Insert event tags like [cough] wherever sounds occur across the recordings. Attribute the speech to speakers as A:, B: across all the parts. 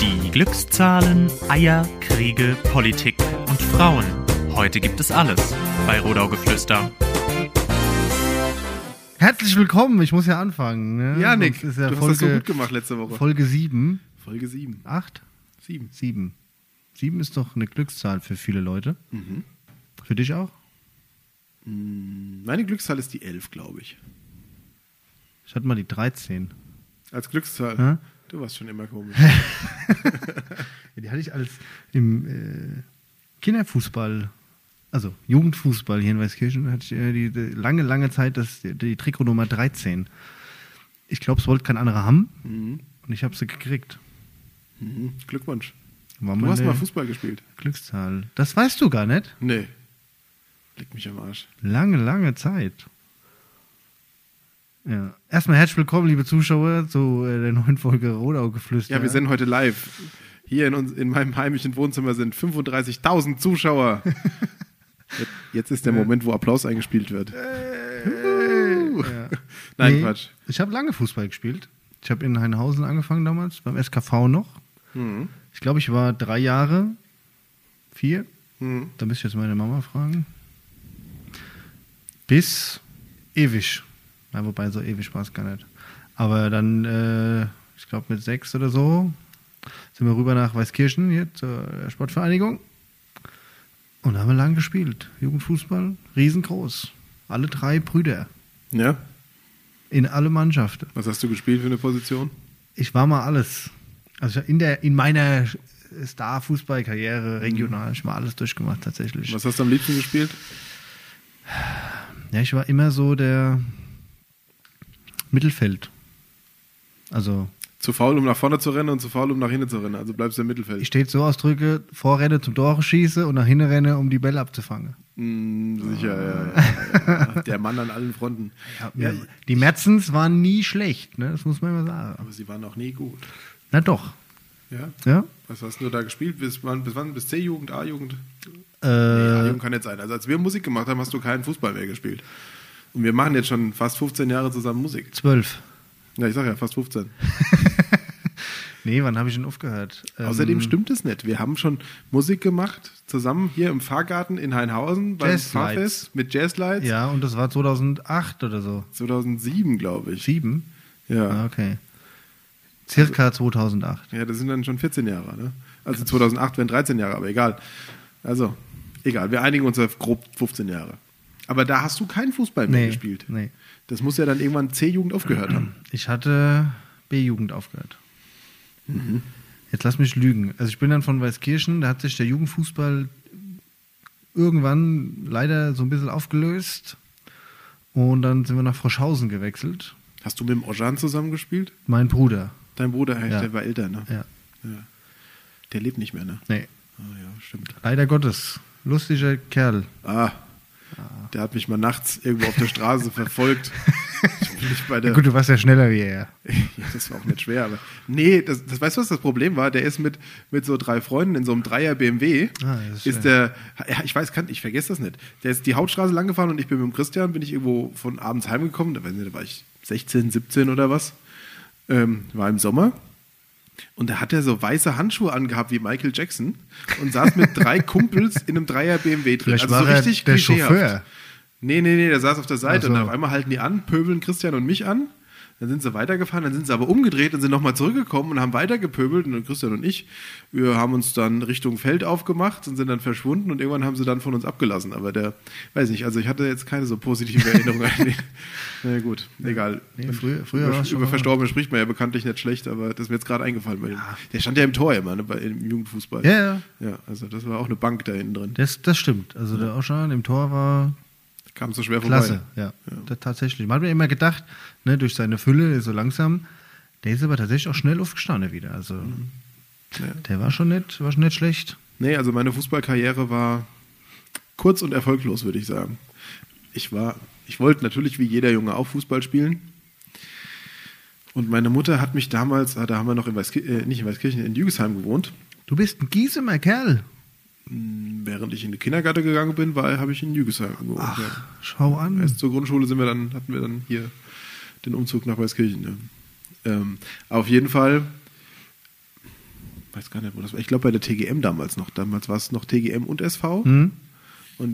A: Die Glückszahlen, Eier, Kriege, Politik und Frauen. Heute gibt es alles bei Rodau Geflüster.
B: Herzlich willkommen, ich muss ja anfangen. Ne?
C: Ja, Nick,
B: Sonst ist ja
C: du
B: Folge,
C: hast das so gut gemacht letzte Woche.
B: Folge 7.
C: Folge 7.
B: 8?
C: 7.
B: 7. 7 ist doch eine Glückszahl für viele Leute.
C: Mhm.
B: Für dich auch?
C: Meine Glückszahl ist die 11, glaube ich.
B: Ich hatte mal die 13.
C: Als Glückszahl.
B: Hä?
C: Du warst schon immer komisch.
B: Ja, die hatte ich als im äh, Kinderfußball, also Jugendfußball hier in Weißkirchen, hatte ich äh, die, die lange, lange Zeit das, die, die Trikotnummer 13. Ich glaube, es wollte kein anderer haben und ich habe sie gekriegt.
C: Mhm. Glückwunsch.
B: War
C: Du
B: meine
C: hast mal Fußball gespielt.
B: Glückszahl. Das weißt du gar nicht.
C: Nee. Leg mich am Arsch.
B: Lange, lange Zeit. Ja. Erstmal herzlich willkommen, liebe Zuschauer, zu äh, der neuen Folge Rodau geflüstert.
C: Ja, wir senden heute live. Hier in, uns, in meinem heimischen Wohnzimmer sind 35.000 [laughs] Zuschauer. Jetzt- Jetzt ist der Moment, wo Applaus eingespielt wird.
B: Ja.
C: Nein,
B: Nee,
C: Quatsch.
B: Ich habe lange Fußball gespielt. Ich habe in Heinhausen angefangen damals, beim SKV noch.
C: Mhm.
B: Ich glaube, ich war drei Jahre, vier.
C: Mhm.
B: Da müsste ich jetzt meine Mama fragen. Bis ewig. Na, wobei, so ewig war es gar nicht. Aber dann, äh, ich glaube, mit sechs oder so sind wir rüber nach Weißkirchen, hier zur Sportvereinigung. Und da haben wir lang gespielt. Jugendfußball, riesengroß. Alle drei Brüder.
C: Ja?
B: In alle Mannschaften.
C: Was hast du gespielt für eine Position?
B: Ich war mal alles. Also in der in meiner Star-Fußballkarriere regional, ich war alles durchgemacht tatsächlich.
C: Mhm. Was hast du am liebsten gespielt?
B: Ja, ich war immer so der Mittelfeld. Also,
C: Zu faul, um nach vorne zu rennen und zu faul, um nach hinten zu rennen. Also bleibst du im Mittelfeld.
B: ich stehe so ausdrücke, vorrenne zum Tor schieße und nach hinten renne, um die Bälle abzufangen.
C: Mm, sicher, ja, ja, ja. Der Mann an allen Fronten. Ja,
B: die Metzens waren nie schlecht, ne? Das muss man immer sagen.
C: aber sie waren auch nie gut.
B: Na doch.
C: Ja?
B: Ja?
C: Was hast du da gespielt? Bis wann? Bis, wann? bis C-Jugend, A-Jugend?
B: Äh,
C: Nee, A-Jugend kann nicht sein. Also als wir Musik gemacht haben, hast du keinen Fußball mehr gespielt. Und wir machen jetzt schon fast 15 Jahre zusammen Musik.
B: zwölf.
C: Ja, ich sag ja, fast 15.
B: Nee, wann habe ich denn aufgehört? Ähm,
C: Außerdem stimmt es nicht. Wir haben schon Musik gemacht, zusammen hier im Fahrgarten in Hainhausen beim
B: Jazz Lights.
C: Fahrfest mit Jazzlights.
B: Ja, und das war 2008 oder so.
C: 2007, glaube ich.
B: Sieben? Ah,
C: Ja. Also-
B: Okay. Circa 2008.
C: ja, das sind dann schon 14 Jahre. Ne? Also 2008 wären 13 Jahre, aber egal. Also, egal. Wir einigen uns auf grob 15 Jahre. Aber da hast du keinen Fußball mehr
B: Nee,
C: gespielt.
B: nee.
C: Das muss ja dann irgendwann C-Jugend aufgehört
B: [clears throat]
C: haben.
B: Ich hatte B-Jugend aufgehört.
C: Mhm.
B: Jetzt lass mich lügen. Also ich bin dann von Weißkirchen, da hat sich der Jugendfußball irgendwann leider so ein bisschen aufgelöst. Und dann sind wir nach Froschhausen gewechselt.
C: Hast du mit dem Ojan zusammengespielt?
B: Mein Bruder.
C: Dein Bruder, ey,
B: Ja.
C: der war älter, ne?
B: Ja.
C: Ja. Der lebt nicht mehr, ne?
B: Nee.
C: Ah, ja, stimmt.
B: Leider Gottes. Lustiger Kerl.
C: Ah, der hat mich mal nachts irgendwo auf der
B: [laughs]
C: Straße verfolgt. Ich bin nicht bei der.
B: Ja, gut, du warst ja schneller wie er.
C: [laughs] Ja, das war auch nicht schwer, aber. Nee, das, das weißt du, was das Problem war? Der ist mit, mit so drei Freunden in so einem Dreier BMW.
B: Ah, das ist
C: ist der, ja, ich weiß, kann, ich vergesse das nicht. Der ist die Hauptstraße lang gefahren und ich bin mit dem Christian, bin ich irgendwo von abends heimgekommen, da, weiß nicht, da war ich 16, 17 oder was. Ähm, war im Sommer. Und da hat er so weiße Handschuhe angehabt wie Michael Jackson und saß mit
B: [laughs]
C: drei Kumpels in einem Dreier BMW drin. Also
B: Vielleicht war
C: so
B: er
C: richtig
B: der
C: klischeehaft.
B: Chauffeur.
C: Nee, nee, nee, der saß auf der Seite
B: Ach so.
C: und auf einmal halten die an, pöbeln Christian und mich an. Dann sind sie weitergefahren, dann sind sie aber umgedreht und sind nochmal zurückgekommen und haben weitergepöbelt. Und Christian und ich, wir haben uns dann Richtung Feld aufgemacht und sind dann verschwunden und irgendwann haben sie dann von uns abgelassen. Aber der, weiß nicht, also ich hatte jetzt keine so positive Erinnerung an
B: [laughs]
C: den. Na gut, egal.
B: Nee, früher- früher
C: über
B: war's schon
C: über
B: mal-
C: Verstorbene spricht man ja bekanntlich nicht schlecht, aber das ist mir jetzt gerade eingefallen. Bei dem. Der stand ja im Tor immer, ne, bei, im Jugendfußball.
B: Ja, ja.
C: Ja, also das war auch eine Bank da hinten drin.
B: Das, das stimmt. Also der Oschan im Tor war
C: Kam so schwer
B: Klasse,
C: vorbei.
B: ja. Da, tatsächlich. Man hat mir immer gedacht, ne, durch seine Fülle so langsam, der ist aber tatsächlich auch schnell aufgestanden wieder. Also
C: Mhm.
B: der war schon nicht, war schon nicht schlecht.
C: Nee, also meine Fußballkarriere war kurz und erfolglos, würde ich sagen. Ich war, ich wollte natürlich wie jeder Junge auch Fußball spielen. Und meine Mutter hat mich damals, ah, da haben wir noch in Weißkirchen, äh, nicht in Weißkirchen, in Jügesheim gewohnt.
B: Du bist ein Gießemer Kerl.
C: Während ich in den Kindergarten gegangen bin, war, habe ich in Jügesheim gewohnt. ja.
B: Schau an.
C: Erst zur Grundschule sind wir dann, hatten wir dann hier den Umzug nach Weißkirchen. Ja. Ähm, auf jeden Fall weiß gar nicht, wo das war. Ich glaube bei der TGM damals noch. Damals war es noch TGM und SV. Und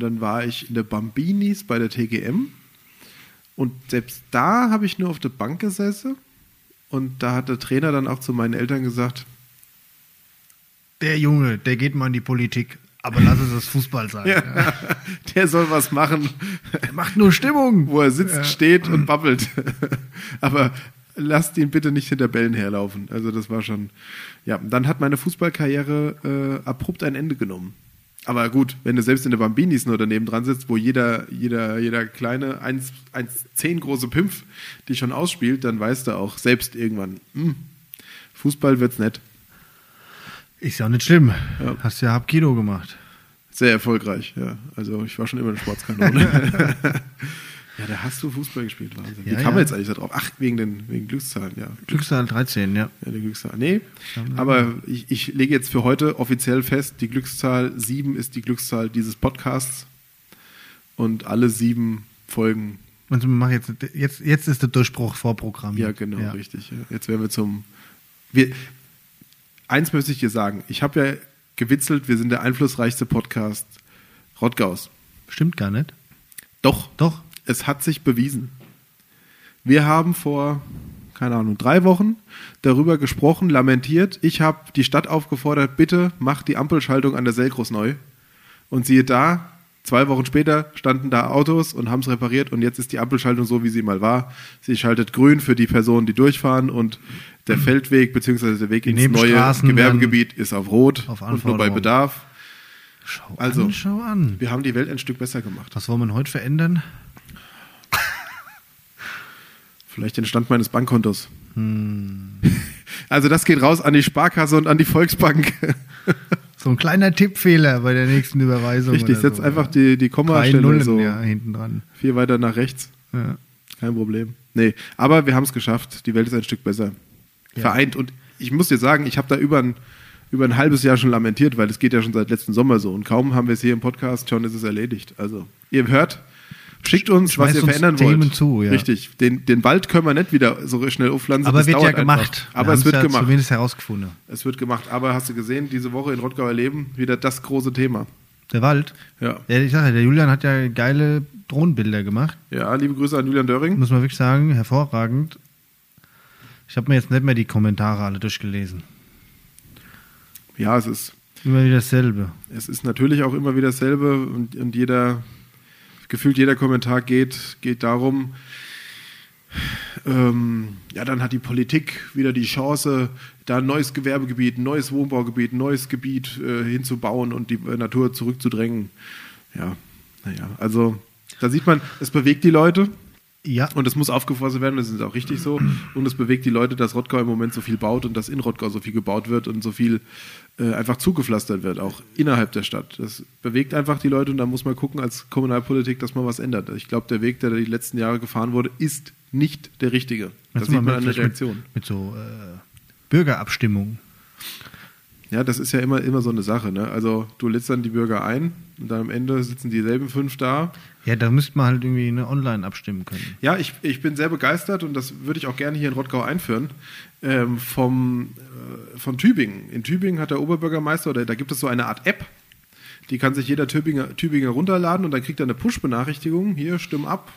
C: dann war ich in der Bambinis bei der TGM. Und selbst da habe ich nur auf der Bank gesessen. Und da hat der Trainer dann auch zu meinen Eltern gesagt, [laughs]
B: Der Junge, der geht mal in die Politik. Aber lass es das Fußball sein.
C: [laughs] ja, der soll was machen,
B: Er macht nur Stimmung.
C: wo er sitzt, steht und babbelt. [laughs] Aber lasst ihn bitte nicht hinter Bällen herlaufen. Also das war schon, ja. Dann hat meine Fußballkarriere äh, abrupt ein Ende genommen. Aber gut, wenn du selbst in der Bambinis nur daneben dran sitzt, wo jeder, jeder, jeder kleine 1, 1, 10 große Pimpf die schon ausspielt, dann weißt du auch selbst irgendwann, hm, Fußball wird's nett.
B: Ist ja auch nicht schlimm. Hast ja halb Kilo gemacht.
C: Sehr erfolgreich, ja. Also ich war schon immer eine Sportskanone.
B: [laughs]
C: ja, da hast du Fußball gespielt, Wahnsinn. Wie
B: Ja,
C: kam
B: ja.
C: man jetzt eigentlich da drauf? Ach, wegen den wegen Glückszahlen, ja.
B: Glückszahl 13, ja.
C: ja die Glückszahl. Nee, aber ich, ich lege jetzt für heute offiziell fest, die Glückszahl 7 ist die Glückszahl dieses Podcasts. Und alle sieben Folgen,
B: Und Also, wir machen jetzt, jetzt, jetzt ist der Durchbruch vorprogrammiert.
C: ja genau, richtig. Ja. Jetzt werden wir zum... Wir, eins möchte ich dir sagen, ich habe ja gewitzelt, wir sind der einflussreichste Podcast Rottgaus.
B: Stimmt gar nicht.
C: Doch,
B: Doch.
C: es hat sich bewiesen. Wir haben vor, keine Ahnung, drei Wochen darüber gesprochen, lamentiert. Ich habe die Stadt aufgefordert, bitte macht die Ampelschaltung an der Selgros neu. Und siehe da, zwei Wochen später standen da Autos und haben es repariert und jetzt ist die Ampelschaltung so, wie sie mal war. Sie schaltet grün für die Personen, die durchfahren und der Feldweg bzw. der Weg
B: Die
C: ins neue
B: Nebenstraßen
C: Gewerbegebiet ist auf Rot
B: auf
C: und nur bei
B: Anforderung.
C: Bedarf.
B: Schau
C: Also.
B: an, schau an.
C: Wir haben die Welt ein Stück besser gemacht.
B: Was wollen wir denn heute verändern?
C: Vielleicht den Stand meines Bankkontos.
B: Hm.
C: [laughs] Also das geht raus an die Sparkasse und an
B: [laughs]
C: die Volksbank.
B: So ein kleiner Tippfehler bei der nächsten Überweisung.
C: Richtig,
B: oder
C: setz
B: so,
C: einfach
B: ja.
C: die, die
B: drei
C: Kommastelle
B: Nullen
C: so Also
B: ja, hinten dran.
C: viel weiter nach rechts.
B: Ja.
C: Kein Problem. Nee, aber wir haben es geschafft. Die Welt ist ein Stück besser. Vereint. Und ich muss dir sagen, ich habe da über ein, über ein halbes Jahr schon lamentiert, weil es geht ja schon seit letzten Sommer so. Und kaum haben wir es hier im Podcast, schon ist es erledigt. Also, ihr hört, schickt uns,
B: Schmeißt
C: was ihr
B: uns
C: verändern
B: Themen
C: wollt.
B: zu, ja.
C: Richtig. Den, den Wald können wir nicht wieder so schnell aufpflanzen.
B: Aber
C: Das
B: wird ja
C: dauert
B: gemacht.
C: Einfach. Aber es
B: haben's
C: wird
B: ja
C: gemacht.
B: Zumindest herausgefunden.
C: Es wird gemacht, aber hast du gesehen, diese Woche in Rottgau erleben, wieder das große Thema.
B: Der Wald.
C: Ja.
B: Ja, ich sage, ja, der Julian hat ja geile Drohnenbilder gemacht.
C: Ja, liebe Grüße an Julian Döring.
B: Muss man wirklich sagen, hervorragend. Ich habe mir jetzt nicht mehr die Kommentare alle durchgelesen.
C: Ja, es ist,
B: Immer wieder dasselbe.
C: es ist natürlich auch immer wieder dasselbe und, und jeder, gefühlt jeder Kommentar geht, geht darum, ähm, ja, dann hat die Politik wieder die Chance, da ein neues Gewerbegebiet, ein neues Wohnbaugebiet, ein neues Gebiet äh, hinzubauen und die äh, Natur zurückzudrängen. Ja, naja, also da sieht man, es bewegt die Leute.
B: Ja,
C: Und das muss aufgefressen werden, das ist auch richtig so. Und es bewegt die Leute, dass Rottgau im Moment so viel baut und dass in Rottgau so viel gebaut wird und so viel äh, einfach zugepflastert wird, auch innerhalb der Stadt. Das bewegt einfach die Leute und da muss man gucken als Kommunalpolitik, dass man was ändert. Ich glaube, der Weg, der da die letzten Jahre gefahren wurde, ist nicht der richtige. Das
B: Jetzt
C: sieht
B: mal
C: man an der
B: vielleicht
C: Reaktion.
B: Mit, mit so äh, Bürgerabstimmung.
C: Ja, das ist ja immer, immer so eine Sache. Ne? Also du lädst dann die Bürger ein und dann am Ende sitzen dieselben fünf da
B: Ja, da müsste man halt irgendwie ne, online abstimmen können.
C: Ja, ich, ich bin sehr begeistert und das würde ich auch gerne hier in Rottgau einführen. Ähm, vom, äh, von Tübingen. In Tübingen hat der Oberbürgermeister, oder da gibt es so eine Art App, die kann sich jeder Tübinger, Tübinger runterladen und dann kriegt er eine Push-Benachrichtigung. Hier, stimm ab.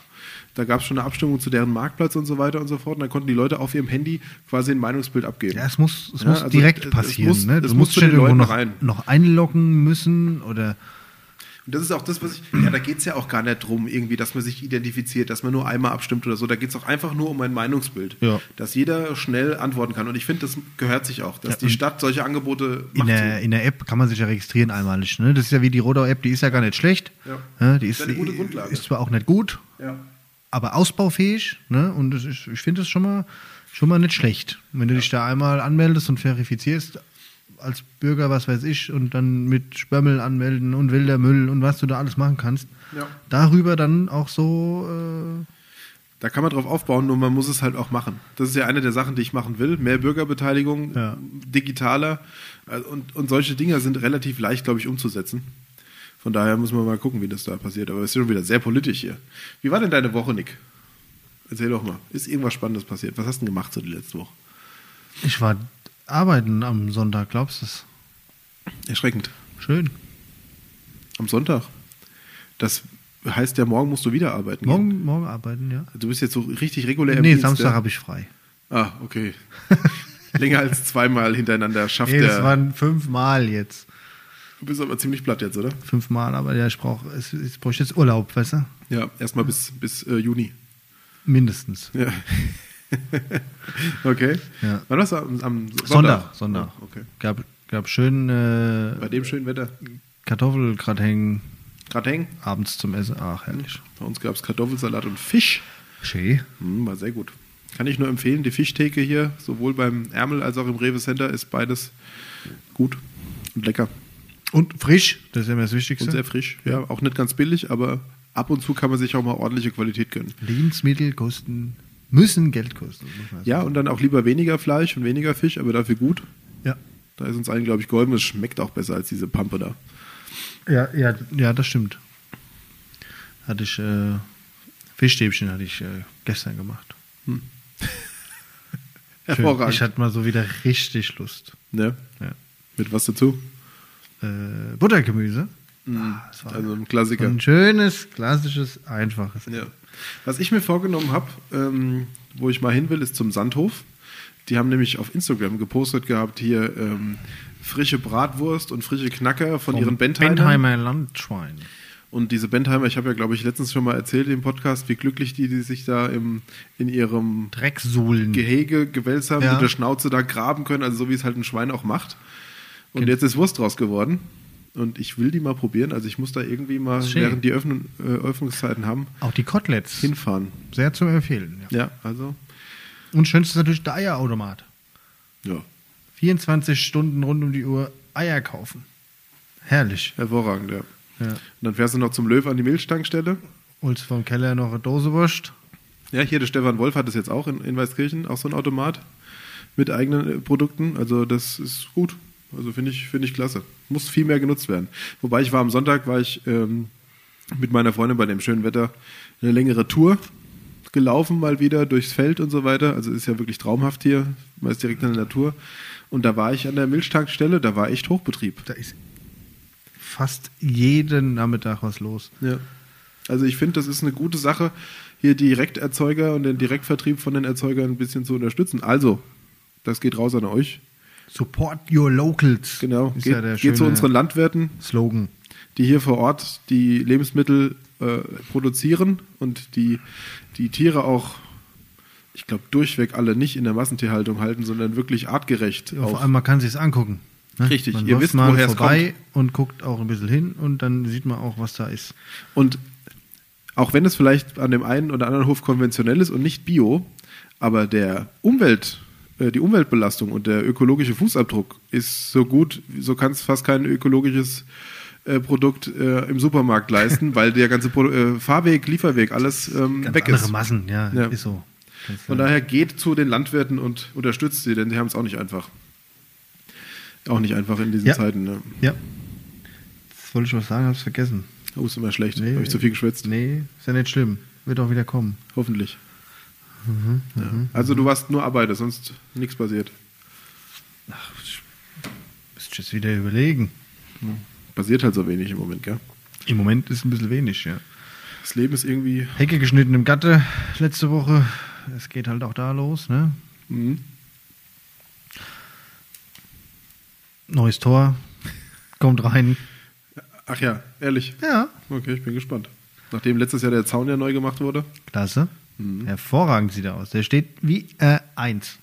C: Da gab es schon eine Abstimmung zu deren Marktplatz und so weiter und so fort. Und dann konnten die Leute auf ihrem Handy quasi ein Meinungsbild abgeben.
B: Ja, es muss, es
C: Ja,
B: muss
C: also es-
B: direkt
C: es
B: passieren.
C: muss-
B: ne?
C: es
B: Du
C: muss
B: musst
C: zu
B: schon
C: den
B: irgendwo
C: Leuten
B: noch,
C: rein.
B: noch einloggen müssen oder
C: Und das ist auch das, was ich. Ja, da geht es ja auch gar nicht drum, irgendwie, dass man sich identifiziert, dass man nur einmal abstimmt oder so. Da geht es auch einfach nur um ein Meinungsbild.
B: Ja.
C: Dass jeder schnell antworten kann. Und ich finde, das gehört sich auch, dass
B: Ja,
C: die
B: und
C: Stadt solche Angebote
B: in
C: macht.
B: der, in der App kann man sich ja registrieren einmalig. Ne? Das ist ja wie die Rodau-App, die ist ja gar nicht schlecht.
C: Ja.
B: Ne? Die ist,
C: Ist eine gute Grundlage.
B: ist zwar auch nicht gut,
C: ja.
B: aber ausbaufähig. Ne? Und das ist, ich finde es schon mal, schon mal nicht schlecht. Wenn du dich da einmal anmeldest und verifizierst, als Bürger, was weiß ich, und dann mit Sperrmüll anmelden und wilder Müll und was du da alles machen kannst,
C: Ja.
B: darüber dann auch so. äh,
C: Da kann man drauf aufbauen, nur man muss es halt auch machen. Das ist ja eine der Sachen, die ich machen will. Mehr Bürgerbeteiligung,
B: Ja.
C: digitaler. Also Und, und solche Dinger sind relativ leicht, glaube ich, umzusetzen. Von daher muss man mal gucken, wie das da passiert. Aber es ist schon wieder sehr politisch hier. Wie war denn deine Woche, Nick? Erzähl doch mal. Ist irgendwas Spannendes passiert? Was hast du denn gemacht so die letzte Woche?
B: Äh, ich war arbeiten am Sonntag, glaubst du es?
C: Erschreckend.
B: Schön.
C: Am Sonntag. Das heißt ja, morgen musst du wieder arbeiten. gehen.
B: Morgen, morgen arbeiten, ja.
C: Du bist jetzt so richtig regulär
B: nee,
C: Dienst,
B: Samstag
C: ja?
B: habe ich
C: [laughs]
B: frei.
C: Ah, okay. Länger als zweimal hintereinander schafft
B: Nee, das
C: er.
B: waren fünfmal jetzt.
C: Du bist aber ziemlich platt jetzt, oder?
B: Fünfmal, aber ja, ich brauche es, ich brauche jetzt Urlaub, weißt du?
C: Ja, erstmal bis, bis äh, Juni.
B: Mindestens.
C: Ja. [laughs] okay.
B: Ja.
C: Wann warst du am, am Sonntag?
B: Sonntag, Sonntag.
C: Ah, Okay.
B: Gab, gab schön äh,
C: Bei dem schönen Wetter.
B: Kartoffelgratin
C: Gerade hängen.
B: abends zum Essen. Ach, herrlich.
C: Bei uns gab es Kartoffelsalat und Fisch.
B: Schön.
C: Hm, war sehr gut. Kann ich nur empfehlen. Die Fischtheke hier, sowohl beim Ärmel als auch im Rewe Center, ist beides gut und lecker.
B: Und frisch, das ist ja immer das Wichtigste.
C: Und sehr frisch. Ja, auch nicht ganz billig, aber ab und zu kann man sich auch mal ordentliche Qualität gönnen.
B: Lebensmittel kosten, müssen Geld kosten. muss man
C: Ja,
B: sagen.
C: und dann auch lieber weniger Fleisch und weniger Fisch, aber dafür gut.
B: ja.
C: Da ist uns allen, glaube ich, geholfen. Es schmeckt auch besser als diese Pampe da.
B: Ja, ja, ja, das stimmt. Hatte ich, äh, Fischstäbchen hatte ich äh, gestern gemacht. Schön.
C: Hervorragend.
B: Ich hatte mal so wieder richtig Lust.
C: ne?
B: Ja.
C: Mit was dazu?
B: Äh, Buttergemüse. Ah, das war
C: Also ein Klassiker.
B: ein schönes, klassisches, einfaches.
C: Ja. Was ich mir vorgenommen habe, ähm, wo ich mal hin will, ist zum Sandhof. Die haben nämlich auf Instagram gepostet gehabt, hier ähm, frische Bratwurst und frische Knacker von ihren Bentheimern.
B: Bentheimer Landschwein.
C: Und diese Bentheimer, ich habe ja, glaube ich, letztens schon mal erzählt im Podcast, wie glücklich die, die sich da im, in ihrem
B: Drecksohlen.
C: Gehege gewälzt haben,
B: Ja.
C: mit der Schnauze da graben können, also so wie es halt ein Schwein auch macht. Und jetzt ist Wurst draus geworden. Und ich will die mal probieren. Also ich muss da irgendwie mal,
B: Schön.
C: während die Öffnung, äh, Öffnungszeiten haben,
B: Auch die Koteletts.
C: hinfahren.
B: Sehr zu empfehlen. Ja.
C: Ja, also.
B: Und schönst ist natürlich der Eierautomat.
C: Ja.
B: 24 Stunden rund um die Uhr Eier kaufen. Herrlich.
C: Hervorragend, ja.
B: Ja.
C: Und dann fährst du noch zum Löw an die Milchtankstelle.
B: Holst vom Keller noch eine Dose Wurst.
C: Ja, hier der Stefan Wolf hat das jetzt auch in, in Weißkirchen, auch so ein Automat mit eigenen äh, Produkten. Also das ist gut. Also finde ich, finde ich klasse. Muss viel mehr genutzt werden. Wobei ich war am Sonntag, war ich ähm, mit meiner Freundin bei dem schönen Wetter eine längere Tour gelaufen, mal wieder durchs Feld und so weiter. Also ist ja wirklich traumhaft hier. Man ist direkt in der Natur. Und da war ich an der Milchtankstelle, da war echt Hochbetrieb.
B: Da ist fast jeden Nachmittag was los.
C: Ja. Also ich finde, das ist eine gute Sache, hier die Direkterzeuger und den Direktvertrieb von den Erzeugern ein bisschen zu unterstützen. Also, das geht raus an euch.
B: Support your locals.
C: Genau.
B: Ist
C: geht,
B: ja der
C: geht zu
B: schöne
C: unseren Landwirten,
B: Slogan.
C: die hier vor Ort die Lebensmittel äh, produzieren und die, die Tiere auch, ich glaube, durchweg alle nicht in der Massentierhaltung halten, sondern wirklich artgerecht.
B: Ja, vor
C: auf-
B: allem, man kann sich's angucken. Ne?
C: Richtig,
B: man
C: ihr
B: läuft
C: wisst,
B: mal
C: woher es
B: vorbei und guckt auch ein bisschen hin und dann sieht man auch, was da ist.
C: Und auch wenn es vielleicht an dem einen oder anderen Hof konventionell ist und nicht bio, aber der Umwelt, äh, die Umweltbelastung und der ökologische Fußabdruck ist so gut, so kann es fast kein ökologisches äh, Produkt äh, im Supermarkt leisten, weil der ganze Pro äh, Fahrweg, Lieferweg, alles ähm,
B: Ganz
C: weg
B: andere
C: ist.
B: Massen, ja,
C: Ja.
B: ist so. Ganz
C: Von
B: klar.
C: daher geht zu den Landwirten und unterstützt sie, denn sie haben es auch nicht einfach. Auch nicht einfach in diesen
B: Ja.
C: Zeiten. Ne?
B: ja. Jetzt wollte ich was sagen, hab's vergessen.
C: Oh, ist immer schlecht.
B: Nee.
C: Habe ich zu viel geschwätzt.
B: Nee, ist ja nicht schlimm. Wird auch wieder kommen.
C: Hoffentlich. ja. Also du warst nur Arbeiter, sonst nichts passiert.
B: Ach, ich müsste jetzt wieder überlegen.
C: Passiert halt so wenig im Moment, gell?
B: Im Moment ist ein bisschen wenig, ja.
C: Das Leben ist irgendwie.
B: Hecke geschnitten im Gatte letzte Woche. Es geht halt auch da los, ne?
C: Mhm.
B: Neues Tor. Kommt rein.
C: Ach ja, ehrlich.
B: Ja.
C: Okay, ich bin gespannt. Nachdem letztes Jahr der Zaun ja neu gemacht wurde.
B: Klasse.
C: Mhm.
B: Hervorragend sieht er aus. Der steht wie äh, eins.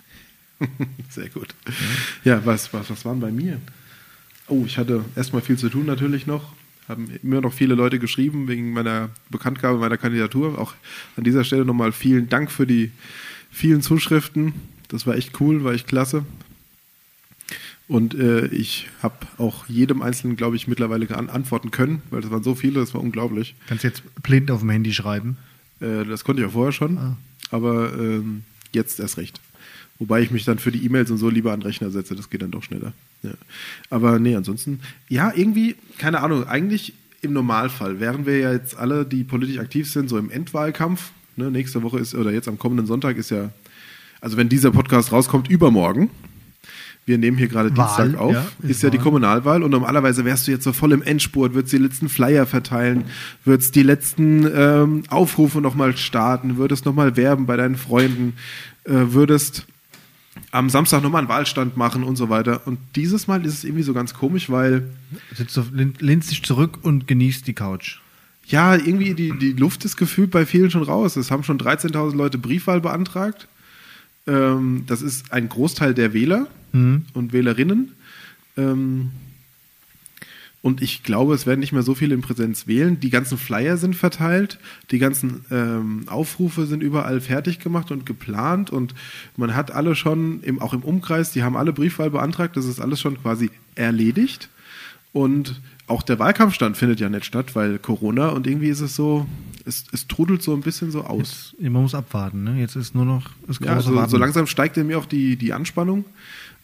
C: [laughs] Sehr gut. Ja, was, was, was waren bei mir? Oh, ich hatte erstmal viel zu tun natürlich noch. Haben immer noch viele Leute geschrieben wegen meiner Bekanntgabe meiner Kandidatur. Auch an dieser Stelle nochmal vielen Dank für die vielen Zuschriften. Das war echt cool, war echt klasse. Und äh, ich habe auch jedem Einzelnen, glaube ich, mittlerweile gean- antworten können, weil das waren so viele, das war unglaublich.
B: Kannst jetzt blind auf dem Handy schreiben.
C: Äh, das konnte ich auch vorher schon,
B: Ah.
C: aber ähm, jetzt erst recht. Wobei ich mich dann für die E-Mails und so lieber an den Rechner setze, das geht dann doch schneller. Ja. Aber nee, ansonsten, ja, irgendwie, keine Ahnung, eigentlich im Normalfall wären wir ja jetzt alle, die politisch aktiv sind, so im Endwahlkampf. Ne, nächste Woche ist, oder jetzt am kommenden Sonntag ist ja, also wenn dieser Podcast rauskommt, übermorgen wir nehmen hier gerade
B: Wahl,
C: Dienstag auf,
B: ja,
C: ist,
B: ist
C: ja die
B: Wahl.
C: Kommunalwahl und normalerweise wärst du jetzt so voll im Endspurt, würdest die letzten Flyer verteilen, würdest die letzten ähm, Aufrufe nochmal starten, würdest nochmal werben bei deinen Freunden, äh, würdest am Samstag nochmal einen Wahlstand machen und so weiter. Und dieses Mal ist es irgendwie so ganz komisch, weil
B: Sitzt auf, lehnt, lehnt sich zurück und genießt die Couch.
C: ja, irgendwie die, die Luft ist gefühlt bei vielen schon raus. Es haben schon 13.000 Leute Briefwahl beantragt. Ähm, das ist ein Großteil der Wähler und Wählerinnen. Ähm, und ich glaube, es werden nicht mehr so viele in Präsenz wählen. Die ganzen Flyer sind verteilt, die ganzen ähm, Aufrufe sind überall fertig gemacht und geplant. Und man hat alle schon, im, auch im Umkreis, die haben alle Briefwahl beantragt. Das ist alles schon quasi erledigt. Und auch der Wahlkampfstand findet ja nicht statt, weil Corona und irgendwie ist es so, es, es trudelt so ein bisschen so aus.
B: Jetzt, man muss abwarten, ne? Jetzt ist nur noch das große
C: Ja, also
B: Warten.
C: so langsam steigt in mir auch die, die Anspannung,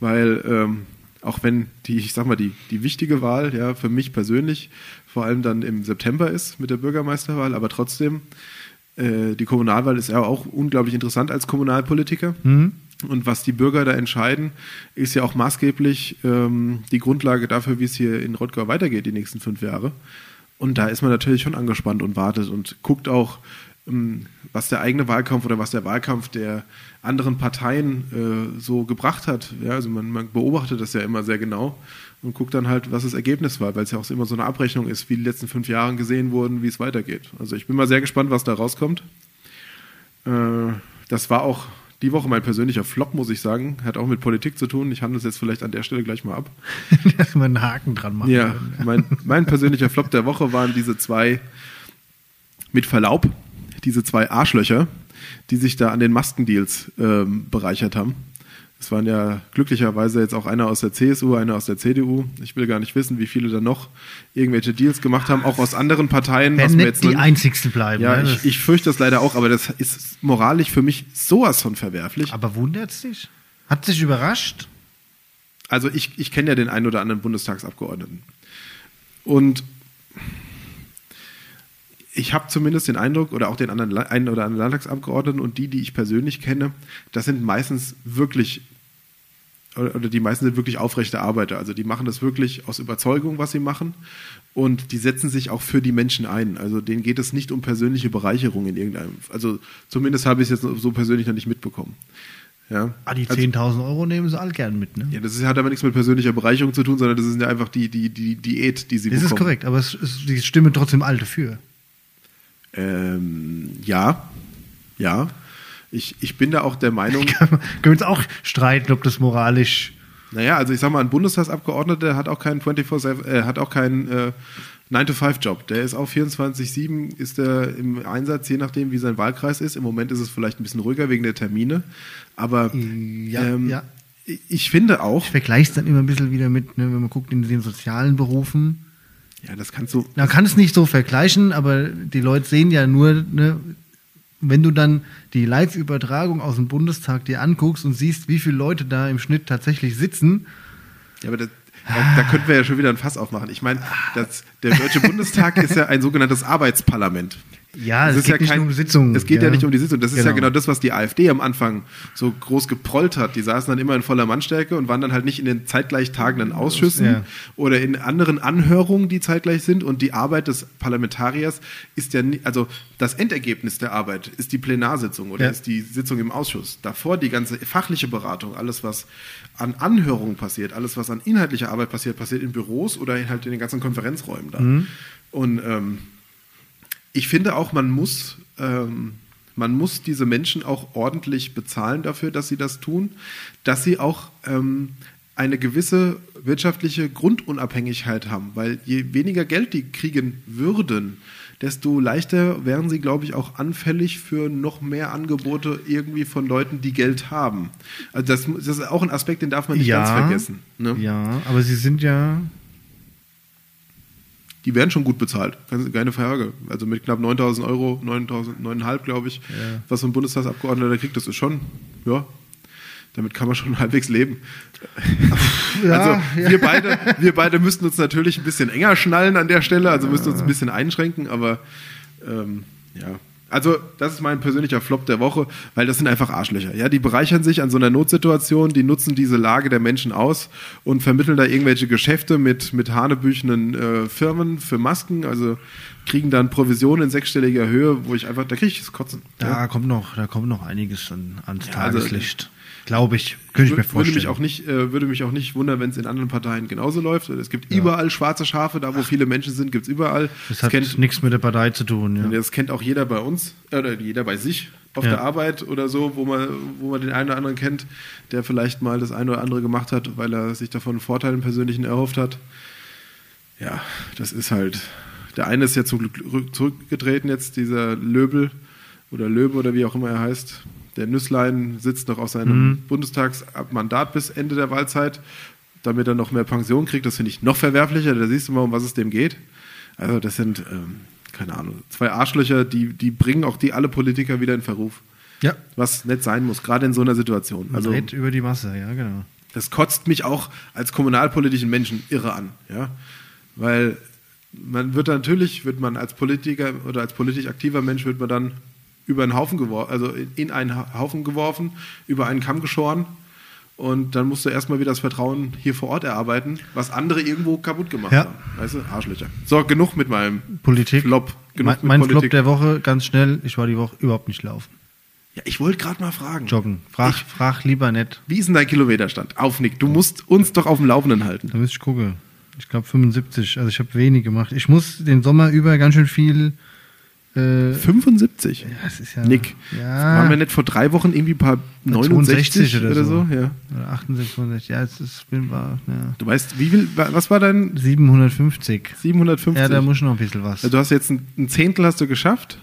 C: weil ähm, auch wenn die, ich sag mal, die, die wichtige Wahl, ja, für mich persönlich, vor allem dann im September ist mit der Bürgermeisterwahl, aber trotzdem, äh, die Kommunalwahl ist ja auch unglaublich interessant als Kommunalpolitiker. Und was die Bürger da entscheiden, ist ja auch maßgeblich ähm, die Grundlage dafür, wie es hier in Rottgau weitergeht die nächsten fünf Jahre. Und da ist man natürlich schon angespannt und wartet und guckt auch, ähm, was der eigene Wahlkampf oder was der Wahlkampf der anderen Parteien äh, so gebracht hat. Ja, also man, man beobachtet das ja immer sehr genau und guckt dann halt, was das Ergebnis war, weil es ja auch immer so eine Abrechnung ist, wie die letzten fünf Jahre gesehen wurden, wie es weitergeht. Also ich bin mal sehr gespannt, was da rauskommt. Äh, das war auch die Woche mein persönlicher Flop, muss ich sagen. Hat auch mit Politik zu tun. Ich handle es jetzt vielleicht an der Stelle gleich mal ab.
B: [laughs] dass man einen Haken dran macht.
C: Ja, mein, mein persönlicher Flop der Woche waren diese zwei, mit Verlaub, diese zwei Arschlöcher, die sich da an den Maskendeals ähm, bereichert haben. Es waren ja glücklicherweise jetzt auch einer aus der CSU, einer aus der CDU. Ich will gar nicht wissen, wie viele da noch irgendwelche Deals gemacht haben, auch aus anderen Parteien.
B: Werden
C: mir
B: nicht die
C: nur-
B: einzigsten bleiben.
C: ja,
B: ne?
C: ich,
B: Das-
C: ich fürchte das leider auch, aber das ist moralisch für mich sowas von verwerflich.
B: aber wundert es dich? Hat sich überrascht?
C: also ich, ich kenne ja den einen oder anderen Bundestagsabgeordneten. Und ich habe zumindest den Eindruck, oder auch den anderen, La- einen oder anderen Landtagsabgeordneten und die, die ich persönlich kenne, das sind meistens wirklich, oder oder die meisten sind wirklich aufrechte Arbeiter. Also die machen das wirklich aus Überzeugung, was sie machen. Und die setzen sich auch für die Menschen ein. Also denen geht es nicht um persönliche Bereicherung in irgendeinem. Also zumindest habe ich es jetzt so persönlich noch nicht mitbekommen. Ja.
B: Ah, die
C: Also-
B: 10.000 Euro nehmen sie alle gern mit, ne?
C: ja, das ist- hat aber nichts mit persönlicher Bereicherung zu tun, sondern das ist ja einfach die, die, die Diät, die sie
B: das ist
C: bekommen.
B: korrekt, aber es, es, die Stimme trotzdem all dafür. [laughs]
C: ist korrekt. Ähm, ja, ja. Ich, ich bin da auch der Meinung,
B: Können wir uns auch streiten, ob das moralisch.
C: naja, also ich sag mal, ein Bundestagsabgeordneter hat auch keinen 24 äh, hat auch keinen äh, 9-to-5-Job. Der ist auch 24-7, ist er im Einsatz, je nachdem, wie sein Wahlkreis ist. Im Moment ist es vielleicht ein bisschen ruhiger wegen der Termine. Aber
B: Mm, Ja,
C: ähm,
B: ja.
C: ich- ich finde auch,
B: Ich vergleiche es dann immer ein bisschen wieder mit, ne, wenn man guckt in den sozialen Berufen.
C: ja, das kannst du
B: Man kann es nicht so vergleichen, aber die Leute sehen ja nur, ne, wenn du dann die Live-Übertragung aus dem Bundestag dir anguckst und siehst, wie viele Leute da im Schnitt tatsächlich sitzen,
C: Ja, aber das, da, da könnten wir ja schon wieder ein Fass aufmachen. Ich meine, das, der Deutsche Bundestag ist ja ein sogenanntes Arbeitsparlament.
B: Ja, es geht nicht nur um Sitzungen,
C: Es geht ja.
B: ja.
C: nicht um die Sitzung. Das ist ja
B: Genau.
C: genau das, was die AfD am Anfang so groß geprollt hat. Die saßen dann immer in voller Mannstärke und waren dann halt nicht in den zeitgleich tagenden Ausschüssen
B: Ja.
C: oder in anderen Anhörungen, die zeitgleich sind. Und die Arbeit des Parlamentariers ist ja, nie, also das Endergebnis der Arbeit ist die Plenarsitzung oder
B: Ja.
C: ist die Sitzung im Ausschuss. Davor die ganze fachliche Beratung, alles, was an Anhörungen passiert, alles, was an inhaltlicher Arbeit passiert, passiert in Büros oder in, halt in den ganzen Konferenzräumen dann.
B: Mhm.
C: Und ähm, ich finde auch, man muss, ähm, man muss diese Menschen auch ordentlich bezahlen dafür, dass sie das tun, dass sie auch ähm, eine gewisse wirtschaftliche Grundunabhängigkeit haben, weil je weniger Geld die kriegen würden, desto leichter wären sie, glaube ich, auch anfällig für noch mehr Angebote irgendwie von Leuten, die Geld haben. Also das, mu- das ist auch ein Aspekt, den darf man nicht ganz vergessen. Ne?
B: Ja, aber sie sind ja.
C: Die werden schon gut bezahlt, keine keine Frage. Also mit knapp 9000 Euro, 9000, 9,5 glaube ich, was so ein Bundestagsabgeordneter kriegt, das ist schon, ja, damit kann man schon [laughs] halbwegs leben. also wir beide, wir beide müssten uns natürlich ein bisschen enger schnallen an der Stelle, also müssten uns ein bisschen einschränken, aber ähm, ja. Also, das ist mein persönlicher Flop der Woche, weil das sind einfach Arschlöcher. Ja, die bereichern sich an so einer Notsituation, die nutzen diese Lage der Menschen aus und vermitteln da irgendwelche Geschäfte mit, mit hanebüchenen äh, Firmen für Masken, also kriegen dann Provisionen in sechsstelliger Höhe, wo ich einfach, da kriege ich das Kotzen.
B: Da
C: Ja.
B: kommt noch, da kommt noch einiges an, ans
C: also-
B: Tageslicht. Glaube ich. Könnte ich mir
C: Wür- würde
B: vorstellen.
C: mich auch nicht, äh, würde mich auch nicht wundern, wenn es in anderen Parteien genauso läuft. Es gibt überall schwarze Schafe, da wo viele Menschen sind, gibt es überall.
B: das
C: Das
B: hat
C: kennt,
B: nichts mit der Partei zu tun. Ja.
C: das kennt auch jeder bei uns, äh, oder jeder bei sich auf
B: Ja.
C: der Arbeit oder so, wo man, wo man den einen oder anderen kennt, der vielleicht mal das eine oder andere gemacht hat, weil er sich davon einen Vorteil im Persönlichen erhofft hat. Ja, das ist halt. Der eine ist ja zum Glück rück- zurückgetreten jetzt, dieser Löbel oder Löbe oder wie auch immer er heißt. Der Nüsslein sitzt noch auf seinem Bundestagsmandat bis Ende der Wahlzeit, damit er noch mehr Pension kriegt. Das finde ich noch verwerflicher. Da siehst du mal, um was es dem geht. Also, das sind, ähm, keine Ahnung, zwei Arschlöcher, die, die bringen auch die alle Politiker wieder in Verruf.
B: ja.
C: Was nicht sein muss, gerade in so einer Situation.
B: Man
C: Also,
B: dreht über die Masse, ja, genau.
C: das kotzt mich auch als kommunalpolitischen Menschen irre an, ja, weil man wird natürlich, wird man als Politiker oder als politisch aktiver Mensch wird man dann über einen Haufen geworfen, also in- in einen Ha- Haufen geworfen, über einen Kamm geschoren und dann musst du erstmal wieder das Vertrauen hier vor Ort erarbeiten, was andere irgendwo kaputt gemacht
B: Ja.
C: haben. Weißt du, Arschlöcher. So, genug mit meinem
B: Politik.
C: Flop.
B: Mein,
C: Genug
B: mein
C: mit
B: Flop
C: Politik.
B: der Woche, ganz schnell. Ich war die Woche überhaupt nicht laufen.
C: ja, ich wollte gerade mal fragen.
B: Joggen. Frag, frag lieber nicht.
C: Wie ist denn dein Kilometerstand? Auf Nick, du musst uns doch auf dem Laufenden halten.
B: Da müsste ich gucken. Ich glaube 75. Also ich habe wenig gemacht. Ich muss den Sommer über ganz schön viel. Äh, ja,
C: 75.
B: es ist ja.
C: Nick,
B: Ja.
C: waren wir nicht vor drei Wochen irgendwie ein paar
B: 69
C: 69 oder, so? Ja.
B: Oder 68, 69. Ja, es ist, bin war, ja.
C: Du weißt, wie viel, wa- was war dein
B: 750.
C: 750?
B: Ja, da muss ich noch ein bisschen was.
C: also du hast jetzt ein, ein Zehntel hast du geschafft,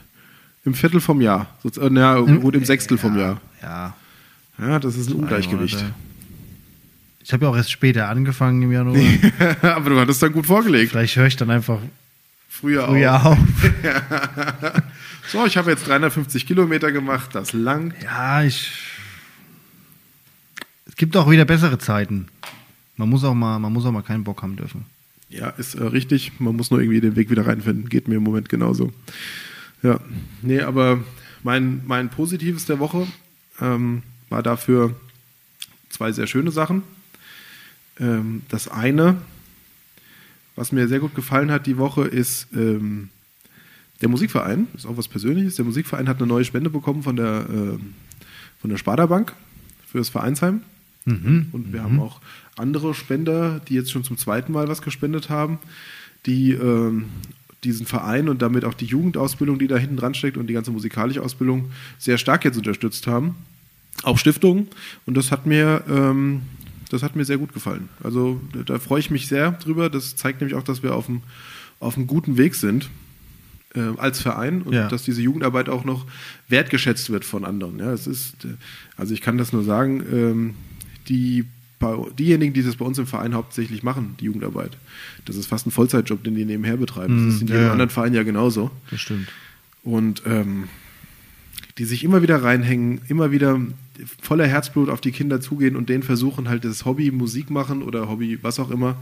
C: im Viertel vom Jahr. So, äh, na, gut, im Sechstel vom Jahr.
B: Ja.
C: Ja, das ist ein Ungleichgewicht.
B: Monate. Ich habe ja auch erst später angefangen im Januar.
C: [laughs] [laughs] Aber du hattest dann gut vorgelegt.
B: Vielleicht höre ich dann einfach
C: Früher auch.
B: früher auf.
C: So, ich habe jetzt 350 Kilometer gemacht, das lang.
B: Ja, ich. Es gibt auch wieder bessere Zeiten. Man muss auch mal, man muss auch mal keinen Bock haben dürfen.
C: Ja, ist äh, richtig. Man muss nur irgendwie den Weg wieder reinfinden. Geht mir im Moment genauso. Ja, nee, aber mein, mein Positives der Woche ähm, war dafür zwei sehr schöne Sachen. Ähm, das eine, was mir sehr gut gefallen hat die Woche, ist ähm, der Musikverein. Ist auch was Persönliches. Der Musikverein hat eine neue Spende bekommen von der, ähm, von der Sparda-Bank für das Vereinsheim. Und wir haben auch andere Spender, die jetzt schon zum zweiten Mal was gespendet haben, die ähm, diesen Verein und damit auch die Jugendausbildung, die da hinten dran steckt und die ganze musikalische Ausbildung sehr stark jetzt unterstützt haben. Auch Stiftungen. Und das hat mir, ähm, das hat mir sehr gut gefallen. Also da- da freue ich mich sehr drüber. Das zeigt nämlich auch, dass wir auf dem, auf einem guten Weg sind äh, als Verein und
B: Ja.
C: dass diese Jugendarbeit auch noch wertgeschätzt wird von anderen. Ja, es ist, äh, also ich kann das nur sagen, ähm, die, bei- diejenigen, die das bei uns im Verein hauptsächlich machen, die Jugendarbeit, das ist fast ein Vollzeitjob, den die nebenher betreiben. das ist in
B: ja,
C: jedem
B: Mhm. ja.
C: anderen Verein ja genauso.
B: Das stimmt.
C: Und ähm, die sich immer wieder reinhängen, immer wieder voller Herzblut auf die Kinder zugehen und denen versuchen, halt das Hobby Musik machen oder Hobby was auch immer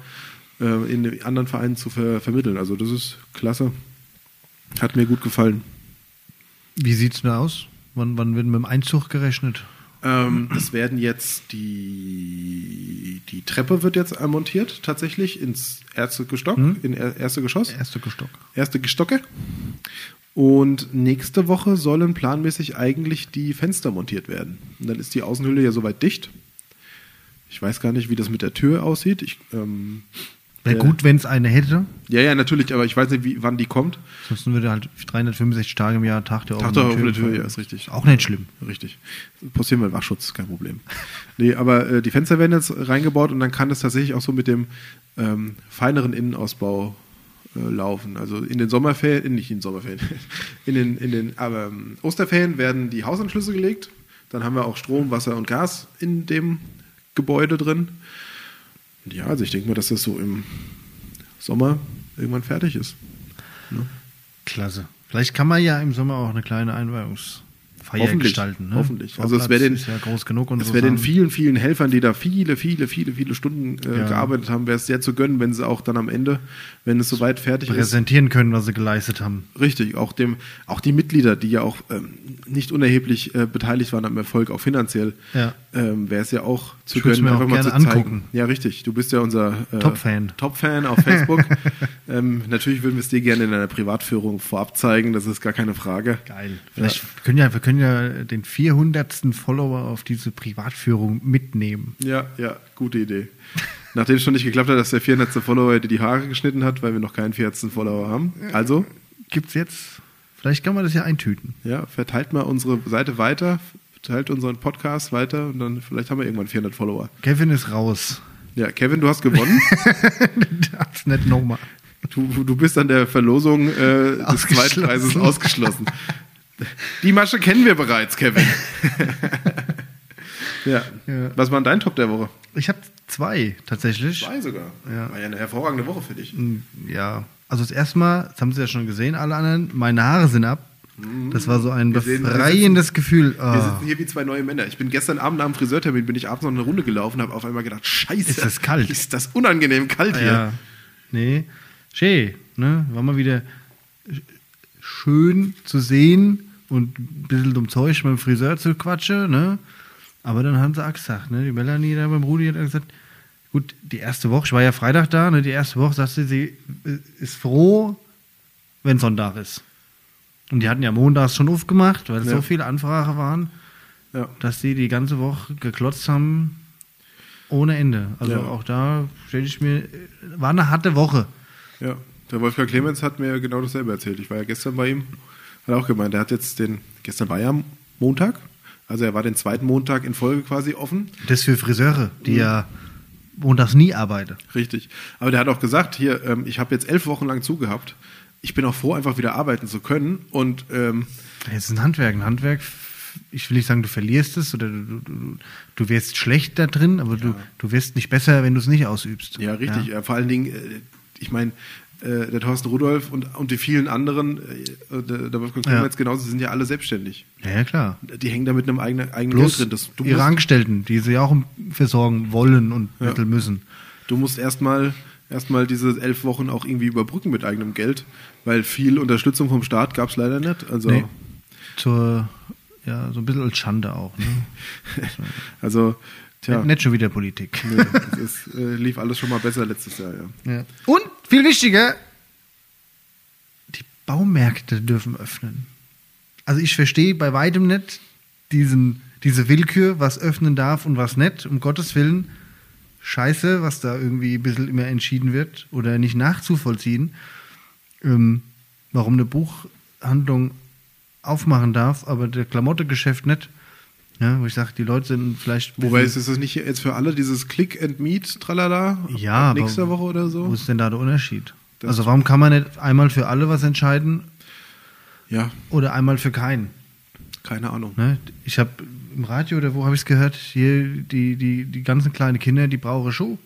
C: äh, in den anderen Vereinen zu ver vermitteln. Also das ist klasse. Hat mir gut gefallen.
B: Wie sieht's denn aus? Wann, wann wird mit dem Einzug gerechnet?
C: Ähm, das werden jetzt die die Treppe wird jetzt montiert tatsächlich ins erste Gestock, in er- erste Geschoss.
B: Erster Gestock.
C: erste Gestocke. Und nächste Woche sollen planmäßig eigentlich die Fenster montiert werden. Und dann ist die Außenhülle ja soweit dicht. Ich weiß gar nicht, wie das mit der Tür aussieht. Ich, ähm,
B: Wäre
C: Ja.
B: gut, wenn es eine hätte.
C: ja, ja, natürlich, aber ich weiß nicht, wie, wann die kommt.
B: Sonst würde halt 365 Tage im Jahr Tag der
C: Tag
B: offenen
C: der offenen Tür,
B: fallen.
C: ja, ist richtig.
B: Auch nicht schlimm.
C: Richtig. Passieren wir Wachschutz, kein Problem. Nee, aber äh, die Fenster werden jetzt reingebaut und dann kann das tatsächlich auch so mit dem ähm, feineren Innenausbau äh, laufen. Also in den Sommerferien, in- nicht in den Sommerferien, [laughs] in den, in den ähm, Osterferien werden die Hausanschlüsse gelegt. Dann haben wir auch Strom, Wasser und Gas in dem Gebäude drin. Und ja, also ich denke mal, dass das so im Sommer irgendwann fertig ist.
B: Klasse. Vielleicht kann man ja im Sommer auch eine kleine Einweihungsfeier Feier
C: Hoffentlich.
B: gestalten. Ne?
C: Hoffentlich. Also es wäre
B: Vorplatz
C: den,
B: ist ja groß genug und
C: es
B: so
C: wäre den
B: Sachen.
C: vielen, vielen Helfern, die da viele, viele, viele, viele Stunden äh,
B: Ja.
C: gearbeitet haben, wäre es sehr zu gönnen, wenn sie auch dann am Ende, wenn es soweit fertig ist,
B: präsentieren können, was sie geleistet haben.
C: Richtig, auch dem, auch die Mitglieder, die ja auch ähm, nicht unerheblich äh, beteiligt waren am Erfolg, auch finanziell,
B: Ja.
C: ähm, wäre es ja auch zu
B: Ich würd's
C: können,
B: mir
C: einfach
B: auch
C: mal zu
B: gerne
C: zeigen.
B: angucken.
C: Ja, richtig. Du bist ja unser äh,
B: Top-Fan.
C: Top-Fan auf
B: [laughs]
C: Facebook. ähm, natürlich würden wir es dir gerne in einer Privatführung vorab zeigen, das ist gar keine Frage.
B: Geil. Vielleicht können ja, wir können ja den 400. Follower auf diese Privatführung mitnehmen.
C: Ja, ja, gute Idee. Nachdem es schon nicht geklappt hat, dass der 400. Follower heute die Haare geschnitten hat, weil wir noch keinen 400. Follower haben. Also,
B: Gibt's jetzt? Vielleicht kann man das ja eintüten.
C: Ja, verteilt mal unsere Seite weiter, verteilt unseren Podcast weiter und dann vielleicht haben wir irgendwann 400 Follower.
B: Kevin ist raus. [laughs]
C: Ja, Kevin, du hast gewonnen.
B: Hat's nicht nochmal.
C: du, du bist an der Verlosung äh, des
B: Ausgeschlossen.
C: Zweitpreises ausgeschlossen. Die Masche kennen wir
B: [laughs]
C: bereits, Kevin. ja.
B: Ja.
C: Was war denn dein Top der Woche?
B: Ich habe zwei tatsächlich.
C: Zwei sogar.
B: Ja.
C: War ja eine hervorragende Woche für dich.
B: Hm, Ja. Also das erste Mal, das haben Sie ja schon gesehen, alle anderen, meine Haare sind ab. Das war so ein
C: Hm. Wir sehen- wir
B: befreiendes Gefühl.
C: Wir
B: Ah,
C: sitzen hier wie zwei neue Männer. Ich bin gestern Abend nach dem Friseurtermin, bin ich abends noch eine Runde gelaufen, habe auf einmal gedacht, scheiße.
B: Ist das kalt?
C: Ist das unangenehm kalt hier.
B: ja. Nee. Schön, ne? War mal wieder sch- schön zu sehen und ein bisschen dumm Zeug mit dem Friseur zu quatschen, ne? Aber dann haben sie auch gesagt, ne? Die Melanie da beim Rudi hat dann gesagt, gut, die erste Woche, ich war ja Freitag da, ne? Die erste Woche sagte sie, sie ist froh, wenn Sonntag ist. Und die hatten ja montags schon aufgemacht, weil
C: Ja.
B: so viele Anfragen waren,
C: Ja.
B: dass sie die ganze Woche geklotzt haben ohne Ende. Also
C: Ja.
B: auch da stelle ich mir, war eine harte Woche.
C: Ja, der Wolfgang Clemens hat mir genau dasselbe erzählt. Ich war ja gestern bei ihm, hat auch gemeint, er hat jetzt den, gestern war ja am Montag, also er war den zweiten Montag in Folge quasi offen.
B: Das für Friseure, die
C: Mhm.
B: ja montags nie arbeiten.
C: Richtig. Aber der hat auch gesagt, hier, ähm, ich habe jetzt elf Wochen lang zugehabt. Ich bin auch froh, einfach wieder arbeiten zu können. Und ähm,
B: Jetzt ist ein Handwerk. Ein Handwerk, ich will nicht sagen, du verlierst es oder du, du, du, du wirst schlecht da drin, aber du, du wirst nicht besser, wenn du es nicht ausübst.
C: Ja, richtig. Ja. Vor allen Dingen, äh, ich meine, äh, der Thorsten Rudolf und, und die vielen anderen, äh, der, der Wolfgang
B: Ja.
C: Clemens genauso, sind ja alle selbstständig.
B: Ja, ja klar.
C: Die hängen da mit einem eigenen, eigenen
B: Bloß
C: Geld drin. Das, du
B: ihre
C: musst-
B: Angestellten, die sie auch versorgen wollen und Mittel müssen.
C: Du musst erstmal erstmal diese elf Wochen auch irgendwie überbrücken mit eigenem Geld, weil viel Unterstützung vom Staat gab es leider nicht. Also,
B: Nee. Zur, ja, so ein bisschen als Schande auch. Ne?
C: [laughs] also tja,
B: Nicht schon wieder Politik.
C: nee, es ist, äh, lief alles schon mal besser letztes Jahr, ja.
B: [laughs] Ja. Und viel wichtiger, die Baumärkte dürfen öffnen. Also ich verstehe bei weitem nicht diesen, diese Willkür, was öffnen darf und was nicht. Um Gottes Willen, scheiße, was da irgendwie ein bisschen immer entschieden wird oder nicht nachzuvollziehen, ähm, warum eine Buchhandlung aufmachen darf, aber der Klamottegeschäft nicht. Ja, wo ich sage, die Leute sind vielleicht. ein
C: Wobei
B: bisschen-
C: ist das nicht jetzt für alle dieses Click and Meet, tralala, ab
B: ja, aber
C: nächster Woche oder
B: Wo
C: so?
B: ist denn da der Unterschied?
C: Das-
B: also warum kann man nicht einmal für alle was entscheiden
C: Ja,
B: oder einmal für keinen?
C: keine Ahnung.
B: Ne? Ich habe im Radio oder wo habe ich es gehört, hier die, die, die ganzen kleinen Kinder, die brauchen Schuh.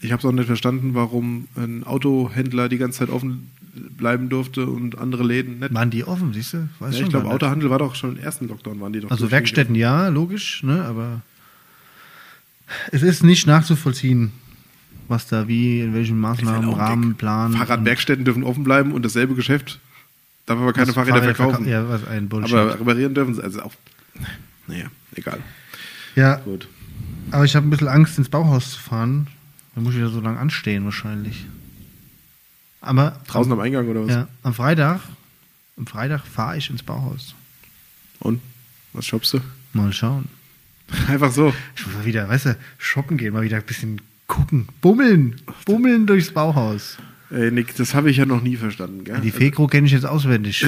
C: Ich habe es auch nicht verstanden, warum ein Autohändler die ganze Zeit offen bleiben durfte und andere Läden nicht.
B: Waren die offen, siehst du? Weiß
C: Ja,
B: schon
C: ich glaube,
B: gar nicht.
C: Autohandel war doch schon im ersten Lockdown, waren die doch.
B: Also
C: durchgängig.
B: Werkstätten ja, logisch, ne? aber es ist nicht nachzuvollziehen, was da wie, in welchen Maßnahmen,
C: halt auch ein
B: Rahmen,
C: Gag.
B: Plan.
C: Fahrradwerkstätten dürfen offen bleiben und dasselbe Geschäft darf aber keine
B: Was
C: Fahrräder,
B: Also Fahrräder
C: verkaufen.
B: verkau- ja, was ein Bullshit.
C: aber reparieren dürfen sie. Also auch. Naja, egal.
B: und- Ja,
C: Gut.
B: aber ich habe ein bisschen Angst, ins Bauhaus zu fahren. Da muss ich ja so lange anstehen wahrscheinlich. Aber
C: Draußen am Eingang oder was?
B: Ja, am Freitag, am Freitag fahre ich ins Bauhaus.
C: Und? Was shoppst du? [laughs]
B: Mal schauen.
C: Einfach so.
B: Ich muss mal wieder, weißt du, shoppen gehen, mal wieder ein bisschen gucken, bummeln, bummeln durchs Bauhaus.
C: Ey, Nick, das habe ich ja noch nie verstanden. Gell?
B: Die Fekro kenne ich jetzt auswendig.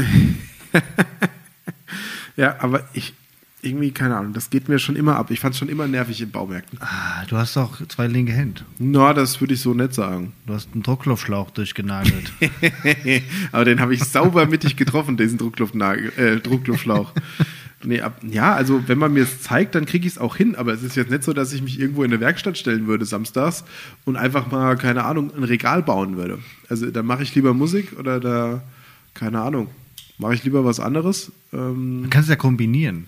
C: ja, aber ich. Irgendwie, keine Ahnung, das geht mir schon immer ab. Ich fand es schon immer nervig in Baumärkten.
B: Ah, du hast doch zwei linke Hände.
C: Na, das würde ich so nicht sagen.
B: Du hast einen Druckluftschlauch durchgenagelt.
C: Aber den habe ich sauber mittig getroffen, diesen Druckluftnagel, äh, Druckluftschlauch. Nee, ab, ja, also wenn man mir es zeigt, dann kriege ich es auch hin. Aber es ist jetzt nicht so, dass ich mich irgendwo in eine Werkstatt stellen würde samstags und einfach mal, keine Ahnung, ein Regal bauen würde. Also da mache ich lieber Musik oder da, keine Ahnung, mache ich lieber was anderes. Ähm,
B: Du kannst es ja kombinieren.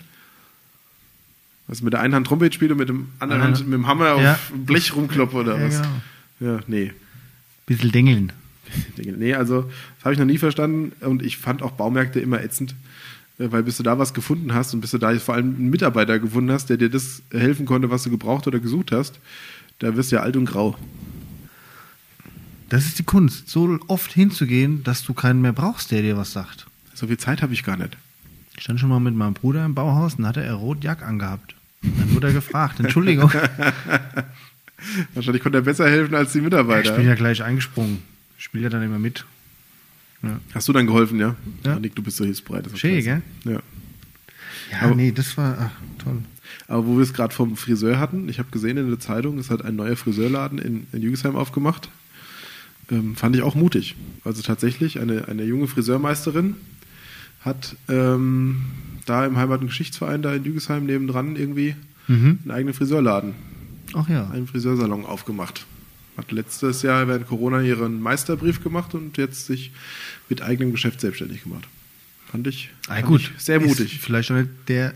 C: was mit der einen Hand Trompete spielt und mit dem anderen
B: Ja.
C: Hand mit dem Hammer auf
B: Ja.
C: Blech rumkloppe oder
B: Ja,
C: was.
B: genau.
C: Ja, nee.
B: Bisschen dengeln.
C: Nee, also das habe ich noch nie verstanden und ich fand auch Baumärkte immer ätzend, äh, weil bis du da was gefunden hast und bis du da vor allem einen Mitarbeiter gefunden hast, der dir das helfen konnte, was du gebraucht oder gesucht hast, da wirst du ja alt und grau.
B: Das ist die Kunst, so oft hinzugehen, dass du keinen mehr brauchst, der dir was sagt.
C: So viel Zeit habe ich gar nicht.
B: Ich stand schon mal mit meinem Bruder im Bauhaus und hatte er Rotjack angehabt. Dann wurde er gefragt, Entschuldigung.
C: Wahrscheinlich konnte er besser helfen als die
B: ich
C: Mitarbeiter.
B: bin ja gleich eingesprungen. Ich spiele ja dann immer mit.
C: Hast du dann geholfen, ja?
B: Ja.
C: Ah, Nick, du bist so hilfsbereit. das ist
B: Schön,
C: klasse. Ja.
B: Ja,
C: Aber-
B: nee, das war ach, toll.
C: Aber wo wir es gerade vom Friseur hatten, ich habe gesehen in der Zeitung, es hat ein neuer Friseurladen in, in Jügesheim aufgemacht. Ähm, fand ich auch mutig. Also tatsächlich, eine, eine junge Friseurmeisterin hat ähm, da im Heimat- und Geschichtsverein da in Jügesheim nebendran irgendwie
B: Mhm.
C: einen eigenen Friseurladen,
B: Ach ja.
C: einen Friseursalon aufgemacht. Hat letztes Jahr während Corona ihren Meisterbrief gemacht und jetzt sich mit eigenem Geschäft selbstständig gemacht. Fand ich,
B: Ah,
C: fand
B: gut.
C: ich sehr mutig.
B: Ist vielleicht auch nicht der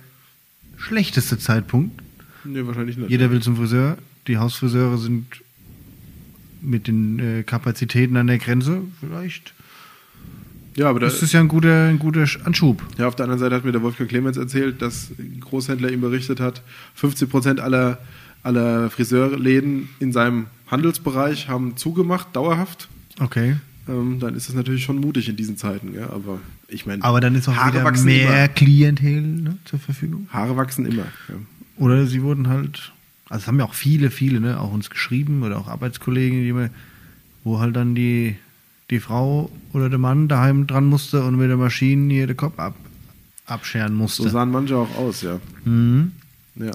B: schlechteste Zeitpunkt.
C: nee, wahrscheinlich nicht.
B: Jeder will zum Friseur. Die Hausfriseure sind mit den äh, Kapazitäten an der Grenze. Vielleicht
C: ja, aber da,
B: ist es ja ein guter, ein guter Sch- Anschub.
C: Ja, auf der anderen Seite hat mir der Wolfgang Clemens erzählt, dass ein Großhändler ihm berichtet hat, 50% aller, aller Friseurläden in seinem Handelsbereich haben zugemacht, dauerhaft.
B: Okay.
C: Ähm, dann ist das natürlich schon mutig in diesen Zeiten. Gell? Aber ich meine,
B: Aber dann ist auch
C: Haare
B: wieder
C: wachsen
B: mehr
C: immer.
B: Klientel ne, zur Verfügung.
C: Haare wachsen immer. Ja.
B: Oder sie wurden halt, also es haben ja auch viele, viele, ne, auch uns geschrieben oder auch Arbeitskollegen, die immer, wo halt dann die, die Frau oder der Mann daheim dran musste und mit der Maschine hier den Kopf ab, abscheren musste.
C: So sahen manche auch aus, ja.
B: mhm.
C: ja.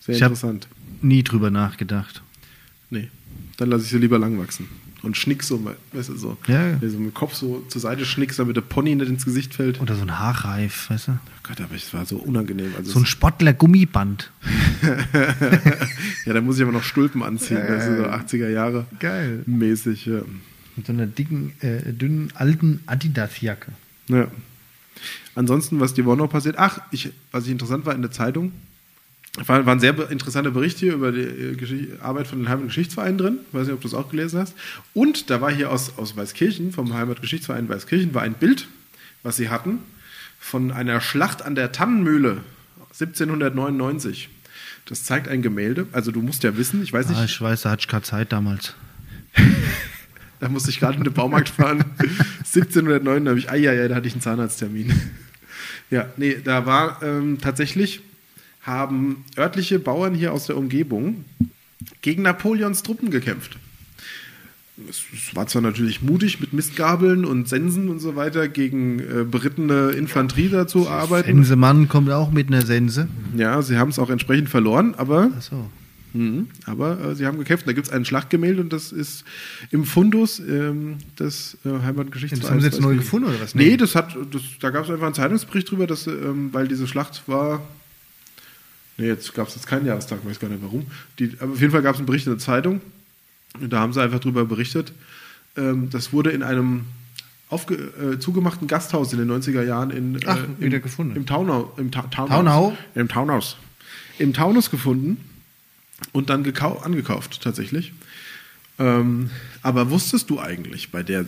C: Sehr
B: Ich hab-
C: interessant.
B: Nie drüber nachgedacht.
C: Nee, dann lasse ich sie lieber lang wachsen. Und schnick so, weißt du, so.
B: Ja, ja.
C: So mit dem Kopf so zur Seite schnickst, damit der Pony nicht ins Gesicht fällt.
B: Oder so ein Haarreif, weißt du?
C: oh Gott, aber es war so unangenehm. Also
B: So ein Sportler-Gummiband.
C: ja, dann muss ich aber noch Stulpen anziehen. Das ist so 80er Jahre.
B: Geil.
C: Mäßig, ja.
B: Mit so einer dicken, äh, dünnen, alten Adidas-Jacke.
C: ja. Ansonsten, was die Woche noch passiert. Ach, ich, was ich interessant war in der Zeitung, war, war ein sehr be- interessanter Bericht hier über die äh, Geschi- Arbeit von den Heimat- und Geschichtsvereinen drin. Weiß nicht, ob du es auch gelesen hast. Und da war hier aus, aus Weißkirchen, vom Heimat- und Geschichtsverein Weißkirchen, war ein Bild, was sie hatten, von einer Schlacht an der Tannenmühle 1799. Das zeigt ein Gemälde. Also du musst ja wissen, ich weiß nicht,
B: Ah, ich weiß, da hatte ich keine Zeit damals.
C: Da musste ich gerade in den Baumarkt fahren. 1709 da habe ich, ah ja, ja, da hatte ich einen Zahnarzttermin. [laughs] Ja, nee, da war ähm, tatsächlich, haben örtliche Bauern hier aus der Umgebung gegen Napoleons Truppen gekämpft. Es es war zwar natürlich mutig, mit Mistgabeln und Sensen und so weiter gegen äh, berittene Infanterie da zu arbeiten.
B: Sensemann kommt auch mit einer Sense.
C: Ja, sie haben es auch entsprechend verloren, aber
B: Achso.
C: Mhm. Aber äh, sie haben gekämpft. Da gibt es ein Schlachtgemälde und das ist im Fundus ähm, des äh, Heimat- und Geschichtsvereins.
B: Das haben sie jetzt neu
C: Weißkirchen.
B: gefunden, oder was?
C: Nee,
B: Nee.
C: das hat, das, da gab es einfach einen Zeitungsbericht drüber, dass, ähm, weil diese Schlacht war. Nee, jetzt gab es jetzt keinen Jahrestag, weiß gar nicht warum. Die, aber auf jeden Fall gab es einen Bericht in der Zeitung und da haben sie einfach drüber berichtet. Ähm, das wurde in einem aufge, äh, zugemachten Gasthaus in den 90er Jahren in, äh,
B: Ach,
C: im,
B: wieder gefunden.
C: Im Taunau. Im Ta Taunus.
B: Taunau?
C: Im Taunus. Im Taunus gefunden und dann gekau angekauft, tatsächlich. Ähm, aber wusstest du eigentlich bei der,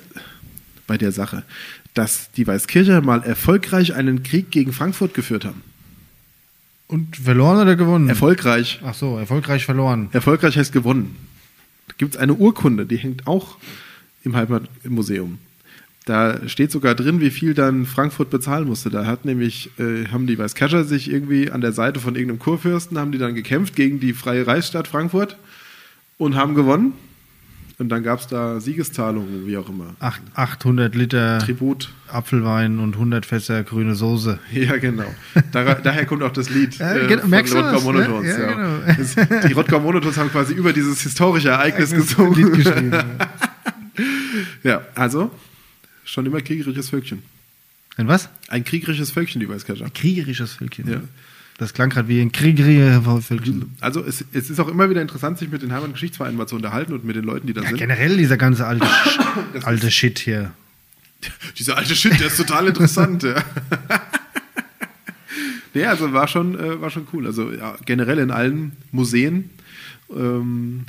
C: bei der Sache, dass die Weißkircher mal erfolgreich einen Krieg gegen Frankfurt geführt haben?
B: Und verloren oder gewonnen?
C: Erfolgreich.
B: Ach so, erfolgreich verloren.
C: Erfolgreich heißt gewonnen. Da gibt es eine Urkunde, die hängt auch im Heimatmuseum. Da steht sogar drin, wie viel dann Frankfurt bezahlen musste. Da hat nämlich, äh, haben die Weißkescher sich irgendwie an der Seite von irgendeinem Kurfürsten, haben die dann gekämpft gegen die Freie Reichsstadt Frankfurt und haben gewonnen. Und dann gab es da Siegeszahlungen, wie auch immer.
B: Acht- 800 Liter
C: Tribut. [laughs]
B: Apfelwein und 100 Fässer grüne [laughs] Soße.
C: Ja, genau. Dara- daher kommt auch das Lied
B: Ja,
C: äh,
B: genau,
C: von
B: merkst du
C: Rodger
B: was, ne?
C: Monotons.
B: Ja,
C: Ja,
B: genau.
C: Das- Die Rodger Monotons haben quasi über dieses historische Ereignis
B: Ein Lied
C: gesungen.
B: geschrieben. ja.
C: Ja, also schon immer kriegerisches Völkchen.
B: Ein was?
C: Ein kriegerisches Völkchen, die Weißkescher.
B: Kriegerisches Völkchen.
C: Ja.
B: Das klang gerade wie ein kriegerisches Völkchen.
C: Also es, es ist auch immer wieder interessant, sich mit den Heimat- und Geschichtsvereinen mal zu unterhalten und mit den Leuten, die da
B: [coughs] Ja,
C: sind.
B: generell dieser ganze alte, Sch- alte Shit hier.
C: Dieser alte Shit, der ist total interessant. ja. [laughs] nee, also war schon, äh, war schon cool. Also ja, generell in allen Museen. Ähm,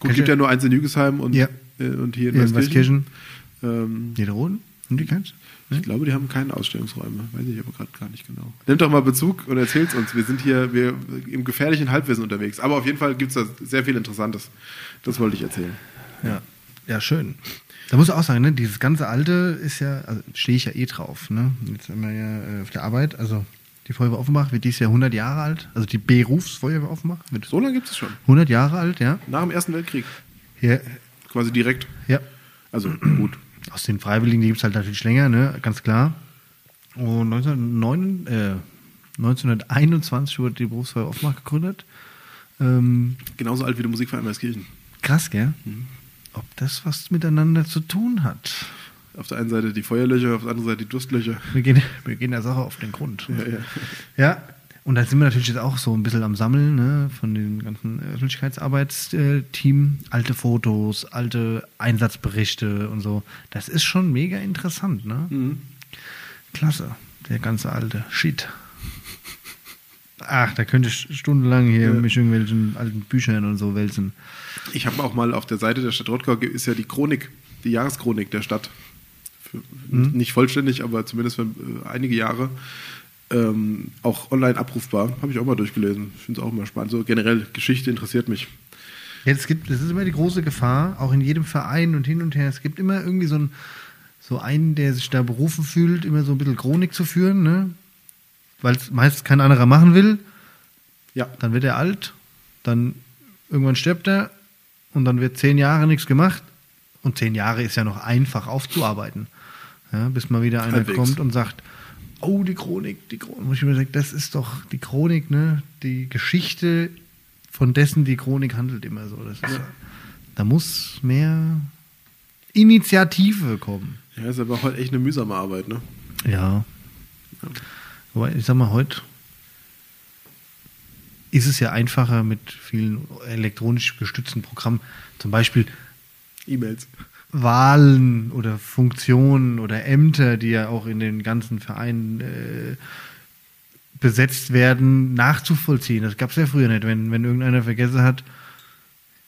C: gut,
B: Kann ich-
C: gibt ja nur eins in Jügesheim und,
B: Ja.
C: äh, und hier in
B: Hier in
C: Weißkirchen.
B: Weißkirchen.
C: Ähm,
B: Nee, da unten? Und die kannst
C: ich glaube, die haben keine Ausstellungsräume. Weiß ich aber gerade gar nicht genau. Nimm doch mal Bezug und erzähl's uns. Wir sind hier wir, im gefährlichen Halbwissen unterwegs. Aber auf jeden Fall gibt's da sehr viel Interessantes. Das wollte ich erzählen.
B: Ja. Ja, schön. Da muss ich auch sagen, ne, dieses ganze Alte ist ja, also stehe ich ja eh drauf, ne? Jetzt sind wir ja äh, auf der Arbeit, also die Feuerwehr Offenbach wird dieses Jahr 100 Jahre alt, also die Berufsfeuerwehr Offenbach wird
C: So lange gibt's es schon.
B: 100 Jahre alt, ja.
C: Nach dem Ersten Weltkrieg.
B: Ja,
C: Quasi direkt.
B: ja.
C: Also gut.
B: aus den Freiwilligen, die gibt es halt natürlich länger, ne? ganz klar. Und 1909, äh, 1921 wurde die Berufsfeuerwehr Offenbach gegründet. Ähm,
C: Genauso alt wie der Musikverein Weißkirchen.
B: krass, gell? Ob das was miteinander zu tun hat?
C: Auf der einen Seite die Feuerlöcher, auf der anderen Seite die Durstlöcher.
B: Wir gehen, [laughs] wir gehen der Sache auf den Grund. ne?
C: Ja, ja.
B: Ja, und da sind wir natürlich jetzt auch so ein bisschen am Sammeln ne, von dem ganzen Öffentlichkeitsarbeitsteam. Alte Fotos, alte Einsatzberichte und so. Das ist schon mega interessant, ne? Klasse, der ganze alte Shit. Ach, da könnte ich stundenlang hier mich irgendwelchen alten Büchern und so wälzen.
C: Ich habe auch mal auf der Seite der Stadt Rotkau ge- ist ja die Chronik, die Jahreschronik der Stadt. Für, Nicht vollständig, aber zumindest für äh, einige Jahre ähm, auch online abrufbar. Habe ich auch mal durchgelesen. Ich finde es auch immer spannend. So generell, Geschichte interessiert mich.
B: Jetzt gibt es ist immer die große Gefahr, auch in jedem Verein und hin und her. Es gibt immer irgendwie so einen, so einen, der sich da berufen fühlt, immer so ein bisschen Chronik zu führen, ne? Weil es meist kein anderer machen will.
C: Ja,
B: Dann wird er alt, dann irgendwann stirbt er und dann wird zehn Jahre nichts gemacht. Und zehn Jahre ist ja noch einfach aufzuarbeiten. Ja, bis mal wieder einer
C: Halbwegs.
B: kommt und sagt, oh, die Chronik, die Chronik. Muss ich mir sagen, das ist doch die Chronik, ne? Die Geschichte von dessen die Chronik handelt immer so. Das ist, Da muss mehr Initiative kommen.
C: ja ist aber heute echt eine mühsame Arbeit. Ne?
B: Ja. Wobei, ich sag mal, heute ist es ja einfacher mit vielen elektronisch gestützten Programmen, zum Beispiel
C: E-Mails.
B: Wahlen oder Funktionen oder Ämter, die ja auch in den ganzen Vereinen äh, besetzt werden, nachzuvollziehen. Das gab es ja früher nicht, wenn, wenn irgendeiner vergessen hat,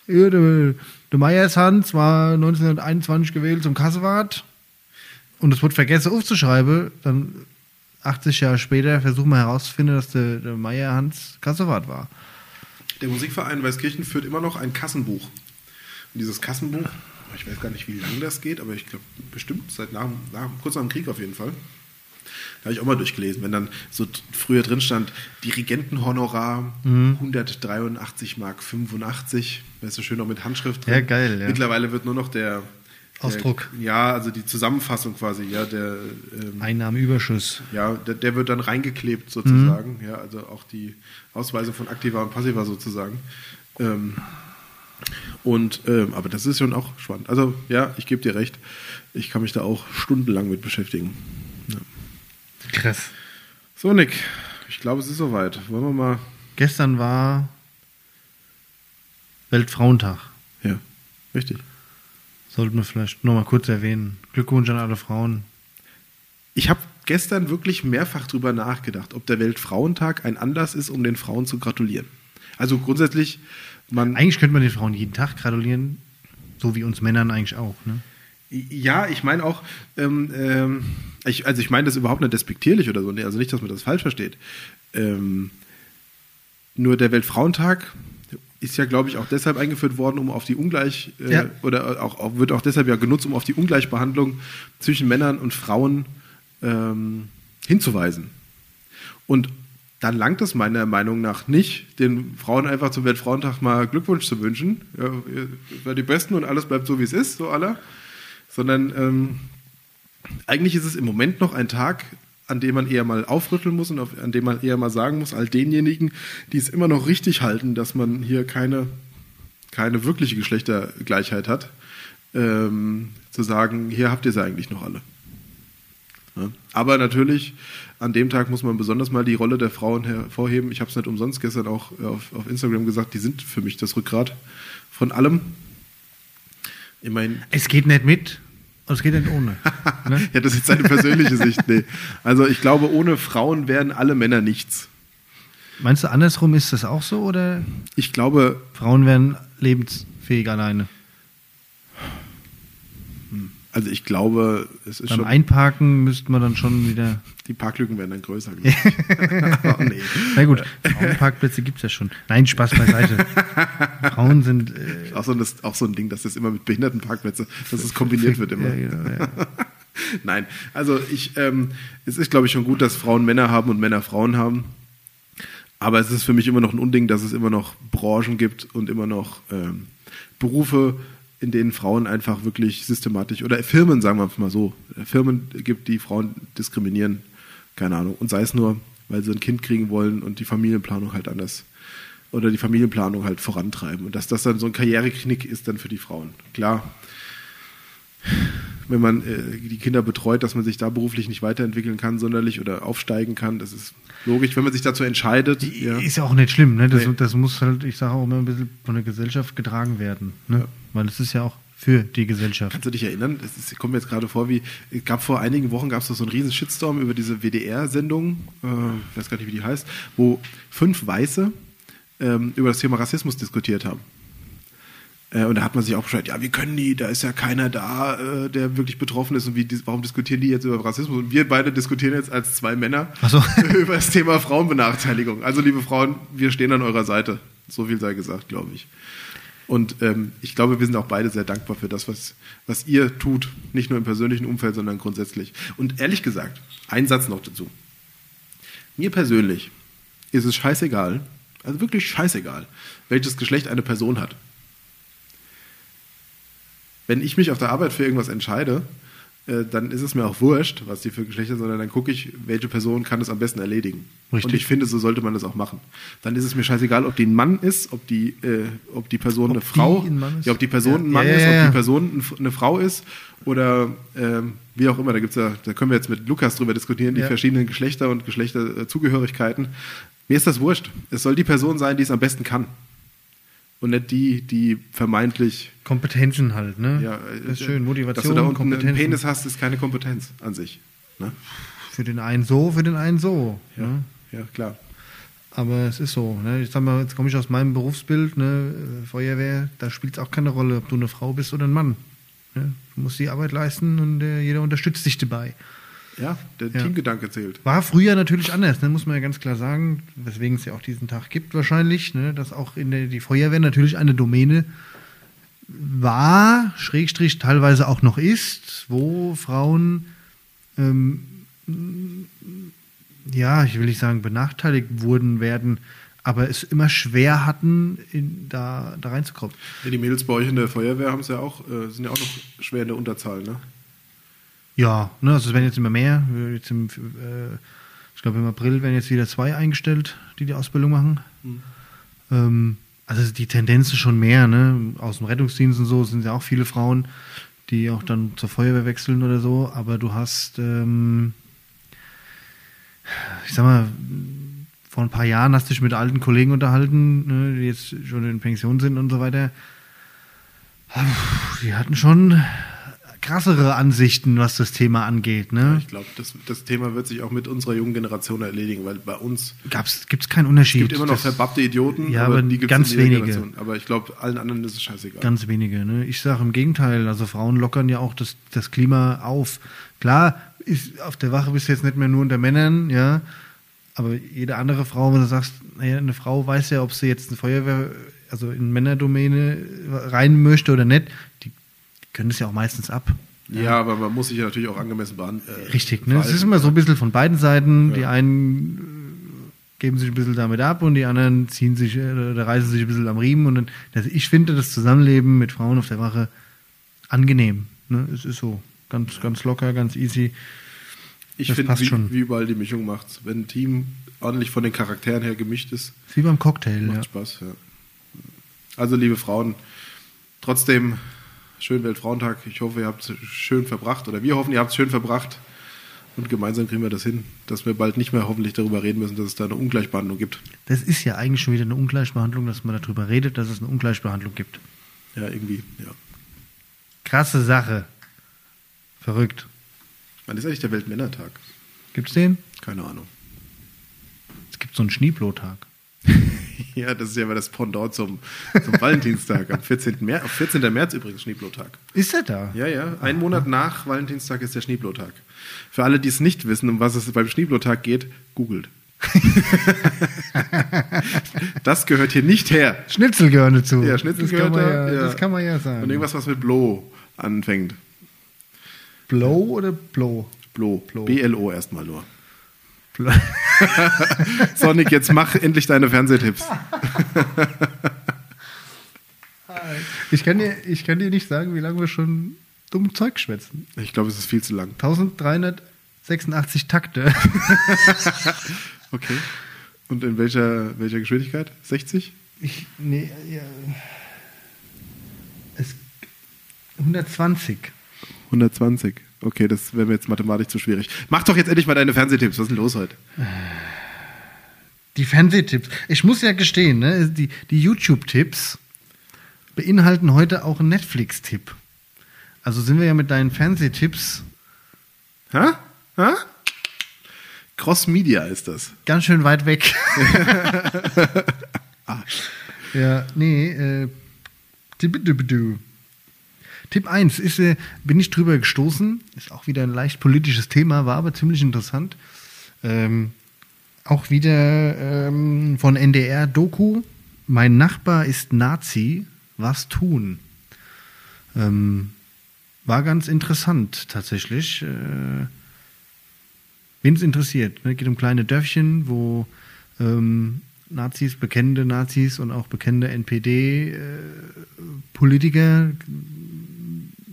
B: "Ja, der der Meyershans war 1921 gewählt zum Kassewart und es wurde vergessen aufzuschreiben, dann 80 Jahre später versuchen wir herauszufinden, dass der, der Meyerhans Kassewart war.
C: Der Musikverein Weißkirchen führt immer noch ein Kassenbuch. Und dieses Kassenbuch, ich weiß gar nicht, wie lange das geht, aber ich glaube bestimmt seit nach, nach, kurz nach dem Krieg auf jeden Fall. Da habe ich auch mal durchgelesen, wenn dann so t- früher drin stand, Dirigentenhonorar
B: Mhm.
C: 183 Mark 85, weißt du, schön noch mit Handschrift drin.
B: Ja, geil, ja.
C: Mittlerweile wird nur noch der
B: Ausdruck.
C: Der, ja, also die Zusammenfassung quasi, ja, der ähm,
B: Einnahmenüberschuss.
C: ja, der, der wird dann reingeklebt sozusagen. Ja, also auch die Ausweise von aktiver und passiver sozusagen. Ähm, und ähm, aber das ist schon auch spannend. Also ja, ich gebe dir recht. Ich kann mich da auch stundenlang mit beschäftigen.
B: Krass.
C: So Nick, ich glaube, es ist soweit. Wollen wir mal?
B: Gestern war Weltfrauentag.
C: Ja, richtig.
B: Sollten wir vielleicht nochmal kurz erwähnen. Glückwunsch an alle Frauen.
C: Ich habe gestern wirklich mehrfach drüber nachgedacht, ob der Weltfrauentag ein Anlass ist, um den Frauen zu gratulieren. Also grundsätzlich, man
B: Eigentlich könnte man den Frauen jeden Tag gratulieren, so wie uns Männern eigentlich auch. Ne?
C: Ja, ich meine auch, ähm, ähm, ich, also ich meine das überhaupt nicht despektierlich oder so, nee, also nicht, dass man das falsch versteht. Ähm, nur der Weltfrauentag ist ja, glaube ich, auch deshalb eingeführt worden, um auf die Ungleich äh,
B: Ja.
C: oder auch, auch wird auch deshalb ja genutzt, um auf die Ungleichbehandlung zwischen Männern und Frauen ähm, hinzuweisen. Und dann langt es meiner Meinung nach nicht, den Frauen einfach zum Weltfrauentag mal Glückwunsch zu wünschen. Ja, ihr seid die Besten und alles bleibt so, wie es ist, so aller. Sondern ähm, eigentlich ist es im Moment noch ein Tag, an dem man eher mal aufrütteln muss und auf, an dem man eher mal sagen muss, all denjenigen, die es immer noch richtig halten, dass man hier keine, keine wirkliche Geschlechtergleichheit hat, ähm, zu sagen, hier habt ihr sie eigentlich noch alle. Ja. Aber natürlich, an dem Tag muss man besonders mal die Rolle der Frauen hervorheben. Ich habe es nicht umsonst gestern auch äh, auf, auf Instagram gesagt, die sind für mich das Rückgrat von allem. Immerhin
B: Es geht nicht mit, Und es geht nicht ohne.
C: [laughs]
B: ne?
C: Ja, das ist jetzt seine persönliche Sicht. Nee. Also ich glaube, ohne Frauen wären alle Männer nichts.
B: Meinst du, andersrum ist das auch so oder
C: Ich glaube,
B: Frauen wären lebensfähig alleine?
C: also ich glaube, es ist
B: Beim
C: schon.
B: Einparken müsste man dann schon wieder.
C: Die Parklücken wären dann größer.
B: [laughs]
C: glaub ich. oh, nee.
B: Na gut, Frauenparkplätze gibt es ja schon. Nein, Spaß
C: [laughs]
B: beiseite. Frauen sind. Äh,
C: Auch so, ein, das, auch so ein Ding, dass das immer mit Behindertenparkplätzen, dass es kombiniert wird immer.
B: Ja, genau, ja.
C: Nein, also ich, ähm, es ist glaube ich schon gut, dass Frauen Männer haben und Männer Frauen haben. Aber es ist für mich immer noch ein Unding, dass es immer noch Branchen gibt und immer noch ähm, Berufe, in denen Frauen einfach wirklich systematisch oder Firmen, sagen wir es mal so, Firmen gibt, die Frauen diskriminieren. Keine Ahnung. Und sei es nur, weil sie ein Kind kriegen wollen und die Familienplanung halt anders oder die Familienplanung halt vorantreiben. Und dass das dann so ein Karriereknick ist dann für die Frauen. Klar, wenn man äh, die Kinder betreut, dass man sich da beruflich nicht weiterentwickeln kann, sonderlich oder aufsteigen kann. Das ist logisch, wenn man sich dazu entscheidet. Ja.
B: Ist ja auch nicht schlimm, ne? Das,
C: Nee.
B: das muss halt, ich sage auch immer ein bisschen von der Gesellschaft getragen werden. Ne? Weil es ist ja auch für die Gesellschaft.
C: Kannst du dich erinnern? Das ist, kommt mir jetzt gerade vor, wie es gab vor einigen Wochen gab es doch so einen riesen Shitstorm über diese WDR-Sendung, äh, ich weiß gar nicht, wie die heißt, wo fünf Weiße ähm, über das Thema Rassismus diskutiert haben. Äh, und da hat man sich auch beschwert, ja, wie können die, da ist ja keiner da, äh, der wirklich betroffen ist und wie, dis- warum diskutieren die jetzt über Rassismus? Und wir beide diskutieren jetzt als zwei Männer
B: Ach so.
C: [laughs] über das Thema Frauenbenachteiligung. Also, liebe Frauen, wir stehen an eurer Seite. So viel sei gesagt, glaube ich. Und ähm, ich glaube, wir sind auch beide sehr dankbar für das, was, was ihr tut. Nicht nur im persönlichen Umfeld, sondern grundsätzlich. Und ehrlich gesagt, ein Satz noch dazu. Mir persönlich ist es scheißegal, also wirklich scheißegal, welches Geschlecht eine Person hat. Wenn ich mich auf der Arbeit für irgendwas entscheide, äh, dann ist es mir auch wurscht, was die für Geschlechter, sondern dann gucke ich, welche Person kann das am besten erledigen.
B: Richtig.
C: Und ich finde, so sollte man das auch machen. Dann ist es mir scheißegal, ob die ein Mann ist, ob die, äh, ob die Person eine
B: die
C: Frau,
B: ein Mann ist?
C: ja, ob die Person ein
B: Ja.
C: Mann
B: Ja, ja,
C: ist,
B: ja,
C: ob
B: ja.
C: die Person ein- eine Frau ist oder ähm, wie auch immer. Da gibt's ja, da können wir jetzt mit Lukas drüber diskutieren, die
B: Ja.
C: verschiedenen Geschlechter und Geschlechterzugehörigkeiten. Mir ist das wurscht. Es soll die Person sein, die es am besten kann. Und nicht die, die vermeintlich
B: Kompetenzen halt, ne?
C: ja,
B: das ist
C: äh,
B: schön. Motivation,
C: Dass du da unten einen
B: Kompetenzen.
C: Penis hast, ist keine Kompetenz an sich. Ne?
B: Für den einen so, für den einen so. Ne?
C: Ja, klar.
B: Aber es ist so. Ne? Ich sag mal, jetzt komme ich aus meinem Berufsbild, ne? äh, Feuerwehr, da spielt es auch keine Rolle, ob du eine Frau bist oder ein Mann. Ne? Du musst die Arbeit leisten und äh, jeder unterstützt dich dabei.
C: Ja, der
B: Ja.
C: Teamgedanke zählt.
B: War früher natürlich anders, ne? muss man ja ganz klar sagen, weswegen es ja auch diesen Tag gibt wahrscheinlich, ne? dass auch in der die Feuerwehr natürlich eine Domäne war, Schrägstrich teilweise auch noch ist, wo Frauen, ähm, ja, ich will nicht sagen benachteiligt wurden werden, aber es immer schwer hatten, in, da, da reinzukommen.
C: Ja, die Mädels bei euch in der Feuerwehr haben's ja auch, äh, sind ja auch noch schwer in der Unterzahl. Ne?
B: Ja, ne, also es werden jetzt immer mehr. Wir Jetzt im, äh, ich glaube, im April werden jetzt wieder zwei eingestellt, die die Ausbildung machen. Ähm, also die Tendenz ist schon mehr. Ne? Aus dem Rettungsdienst und so sind ja auch viele Frauen, die auch dann zur Feuerwehr wechseln oder so. Aber du hast, ähm, ich sag mal, vor ein paar Jahren hast du dich mit alten Kollegen unterhalten, ne, die jetzt schon in Pension sind und so weiter. Ah, Die hatten schon krassere Ansichten, was das Thema angeht. Ne?
C: Ich glaube, das, das Thema wird sich auch mit unserer jungen Generation erledigen, weil bei uns
B: Gab's, gibt's keinen Unterschied.
C: gibt immer noch
B: Das-
C: verbappte Idioten,
B: Ja, aber
C: gibt's
B: ganz
C: in dieser
B: wenige.
C: Generation. Aber ich glaube, allen anderen ist es scheißegal.
B: Ganz wenige. Ne? Ich sage im Gegenteil, also Frauen lockern ja auch das, das Klima auf. Klar, ist, auf der Wache bist du jetzt nicht mehr nur unter Männern, ja. Aber jede andere Frau, wenn du sagst, naja, eine Frau weiß ja, ob sie jetzt eine Feuerwehr, also in Männerdomäne rein möchte oder nicht, die können es ja auch meistens ab.
C: ja. aber man muss sich ja natürlich auch angemessen äh, behandeln.
B: Richtig, ne? Es ist immer so ein bisschen von beiden Seiten. Die einen äh, geben sich ein bisschen damit ab und die anderen ziehen sich äh, oder reißen sich ein bisschen am Riemen. Und dann, das, ich finde das Zusammenleben mit Frauen auf der Wache angenehm. Ne? Es ist so. Ganz, ganz locker, ganz easy.
C: Ich
B: Das
C: finde,
B: passt
C: wie,
B: schon.
C: wie überall die Mischung macht's. Wenn ein Team ordentlich von den Charakteren her gemischt ist,
B: Ist wie beim Cocktail,
C: macht
B: ja.
C: Spaß. Ja. Also, liebe Frauen, trotzdem schönen Weltfrauentag. Ich hoffe, ihr habt es schön verbracht oder wir hoffen, ihr habt es schön verbracht. Und gemeinsam kriegen wir das hin, dass wir bald nicht mehr hoffentlich darüber reden müssen, dass es da eine Ungleichbehandlung gibt.
B: Das ist ja eigentlich schon wieder eine Ungleichbehandlung, dass man darüber redet, dass es eine Ungleichbehandlung gibt.
C: Ja, irgendwie, ja.
B: Krasse Sache. Verrückt.
C: Wann ist eigentlich der Weltmännertag?
B: Gibt's den?
C: Keine Ahnung. [laughs]
B: Es gibt so einen Schneeblotag.
C: Ja, das ist ja aber das Pendant zum, zum Valentinstag. Am 14. März, am 14. März übrigens Schneeblotag.
B: Ist der da?
C: Ja, ja. Ein Monat nach Valentinstag ist der Schneeblotag. Für alle, die es nicht wissen, um was es beim Schneeblotag geht, googelt. [laughs] das gehört hier nicht her.
B: Schnitzel gehören dazu.
C: Ja, Schnitzel
B: das
C: gehört
B: kann man
C: da,
B: ja,
C: ja.
B: Das kann man ja
C: Und
B: sagen.
C: irgendwas, was mit Blow anfängt.
B: Blow oder Blow?
C: Blow.
B: Blow.
C: B-L-O erstmal nur. [laughs]
B: Blow.
C: Sonic, jetzt mach endlich deine Fernsehtipps.
B: Ich kann, dir, ich kann dir nicht sagen, wie lange wir schon dumm Zeug schwätzen.
C: Ich glaube, es ist viel zu lang.
B: 1386 Takte. [laughs]
C: Okay. Und in welcher, welcher Geschwindigkeit? 60?
B: Ich, nee, ja. Es, 120.
C: 120. Okay, das wäre mir jetzt mathematisch zu schwierig. Mach doch jetzt endlich mal deine Fernsehtipps. Was ist denn los heute?
B: Die Fernsehtipps. Ich muss ja gestehen, ne, die, die YouTube-Tipps beinhalten heute auch einen Netflix-Tipp. Also sind wir ja mit deinen Fernsehtipps
C: Hä? Hä? Cross Media ist das.
B: ganz schön weit weg. Ah. ja, nee, äh, tibidibidu. Tipp 1 ist, äh, bin ich drüber gestoßen, ist auch wieder ein leicht politisches Thema, war aber ziemlich interessant. Ähm, auch wieder ähm, von NDR Doku. Mein Nachbar ist Nazi, was tun? Ähm, war ganz interessant tatsächlich. Äh, Wen es interessiert, ne? geht um kleine Dörfchen, wo ähm, Nazis, bekennende Nazis und auch bekennende äh, NPD-Politiker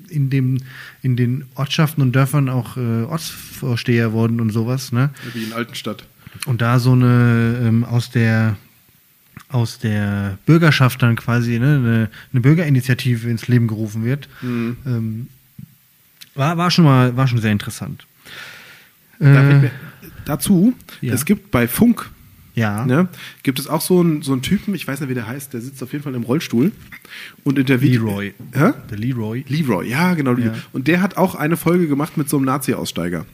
B: in, dem, in den Ortschaften und Dörfern auch äh, Ortsvorsteher wurden und sowas. Ne?
C: Wie in Altenstadt.
B: Und da so eine ähm, aus der aus der Bürgerschaft dann quasi ne, eine, eine Bürgerinitiative ins Leben gerufen wird. Ähm, war, war schon mal war schon sehr interessant.
C: Da fällt
B: Äh,
C: mir- dazu,
B: ja.
C: es gibt bei Funk,
B: ja.
C: ne, gibt es auch so einen, so einen Typen, ich weiß nicht, wie der heißt, der sitzt auf jeden Fall im Rollstuhl und interviewt.
B: Leroy.
C: Hä?
B: Der Leroy.
C: Leroy, ja, genau. Leroy.
B: Ja.
C: Und der hat auch eine Folge gemacht mit so einem Nazi-Aussteiger.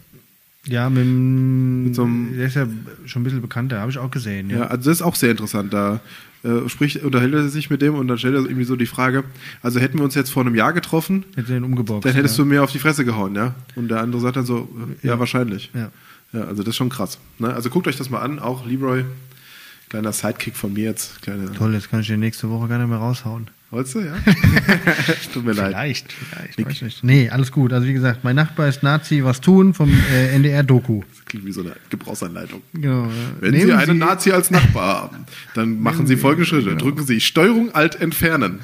B: Ja, mit, dem-
C: so einem-
B: der ist ja schon ein bisschen bekannter, habe ich auch gesehen.
C: Ja, also das ist auch sehr interessant. Da äh, spricht, unterhält er sich mit dem und dann stellt er irgendwie so die Frage, also hätten wir uns jetzt vor einem Jahr getroffen,
B: Hätte den ne? umgeboxt.
C: dann hättest
B: ja.
C: du mir auf die Fresse gehauen, ja? Und der andere sagt dann so, äh, ja,
B: Ja.
C: wahrscheinlich.
B: Ja.
C: Ja, also das ist schon krass. Ne? Also guckt euch das mal an, auch Leroy, kleiner Sidekick von mir jetzt, kleine
B: Toll, jetzt kann ich den nächste Woche gar nicht mehr raushauen.
C: Holst
B: [laughs]
C: du, ja? Tut mir leid.
B: Vielleicht, vielleicht, weiß nicht. Nee, alles gut. Also wie gesagt, mein Nachbar ist Nazi, was tun vom äh, NDR-Doku.
C: Das klingt wie so eine Gebrauchsanleitung.
B: Genau.
C: Wenn Sie einen Nazi als Nachbar haben, dann machen Sie folgende Schritte.
B: genau.
C: Drücken Sie Steuerung Alt entfernen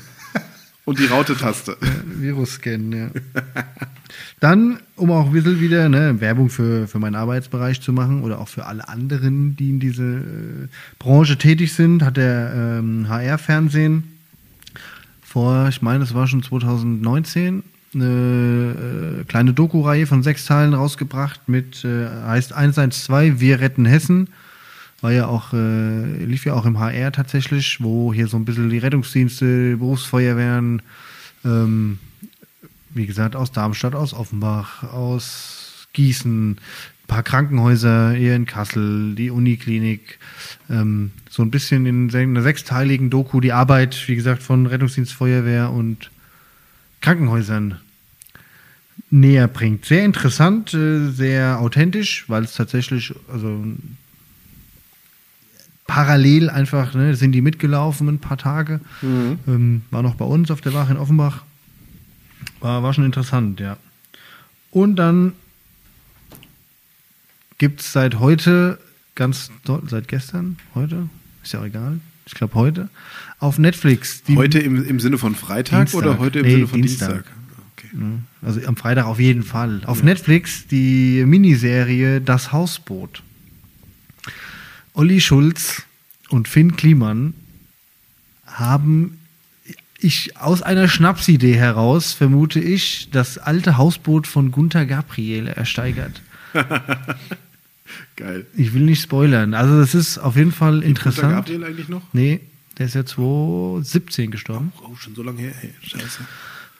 C: und die Raute-Taste.
B: Virus scannen, ja. [laughs] Dann, um auch ein bisschen wieder ne, Werbung für, für meinen Arbeitsbereich zu machen oder auch für alle anderen, die in diese äh, Branche tätig sind, hat der ähm, HR-Fernsehen vor, ich meine, es war schon 2019, eine äh, kleine Doku-Reihe von sechs Teilen rausgebracht mit, äh, heißt 112, Wir retten Hessen. War ja auch, äh, lief ja auch im HR tatsächlich, wo hier so ein bisschen die Rettungsdienste, Berufsfeuerwehren, ähm, wie gesagt, aus Darmstadt, aus Offenbach, aus Gießen, ein paar Krankenhäuser hier in Kassel, die Uniklinik, ähm, so ein bisschen in se- einer sechsteiligen Doku die Arbeit, wie gesagt, von Rettungsdienst, Feuerwehr und Krankenhäusern näher bringt. Sehr interessant, äh, sehr authentisch, weil es tatsächlich, also parallel einfach, ne, sind die mitgelaufen ein paar Tage, ähm, war noch bei uns auf der Wache in Offenbach. War, war schon interessant, ja. Und dann gibt es seit heute, ganz deu- seit gestern, heute, ist ja auch egal, ich glaube heute, auf Netflix. die-
C: Heute im, im Sinne von Freitag
B: Dienstag.
C: oder heute im
B: Nee,
C: Sinne von Dienstag?
B: Dienstag.
C: Okay.
B: Ne? Also am Freitag auf jeden Fall. Auf Netflix die Miniserie Das Hausboot. Olli Schulz und Finn Kliman haben ich aus einer Schnapsidee heraus vermute ich das alte Hausboot von Gunther Gabriel ersteigert.
C: Geil.
B: Ich will nicht spoilern. Also das ist auf jeden Fall
C: Gunther
B: interessant.
C: Gabriel eigentlich noch?
B: Nee, der ist ja 2017 gestorben.
C: Oh, schon so lange her, ey. Scheiße.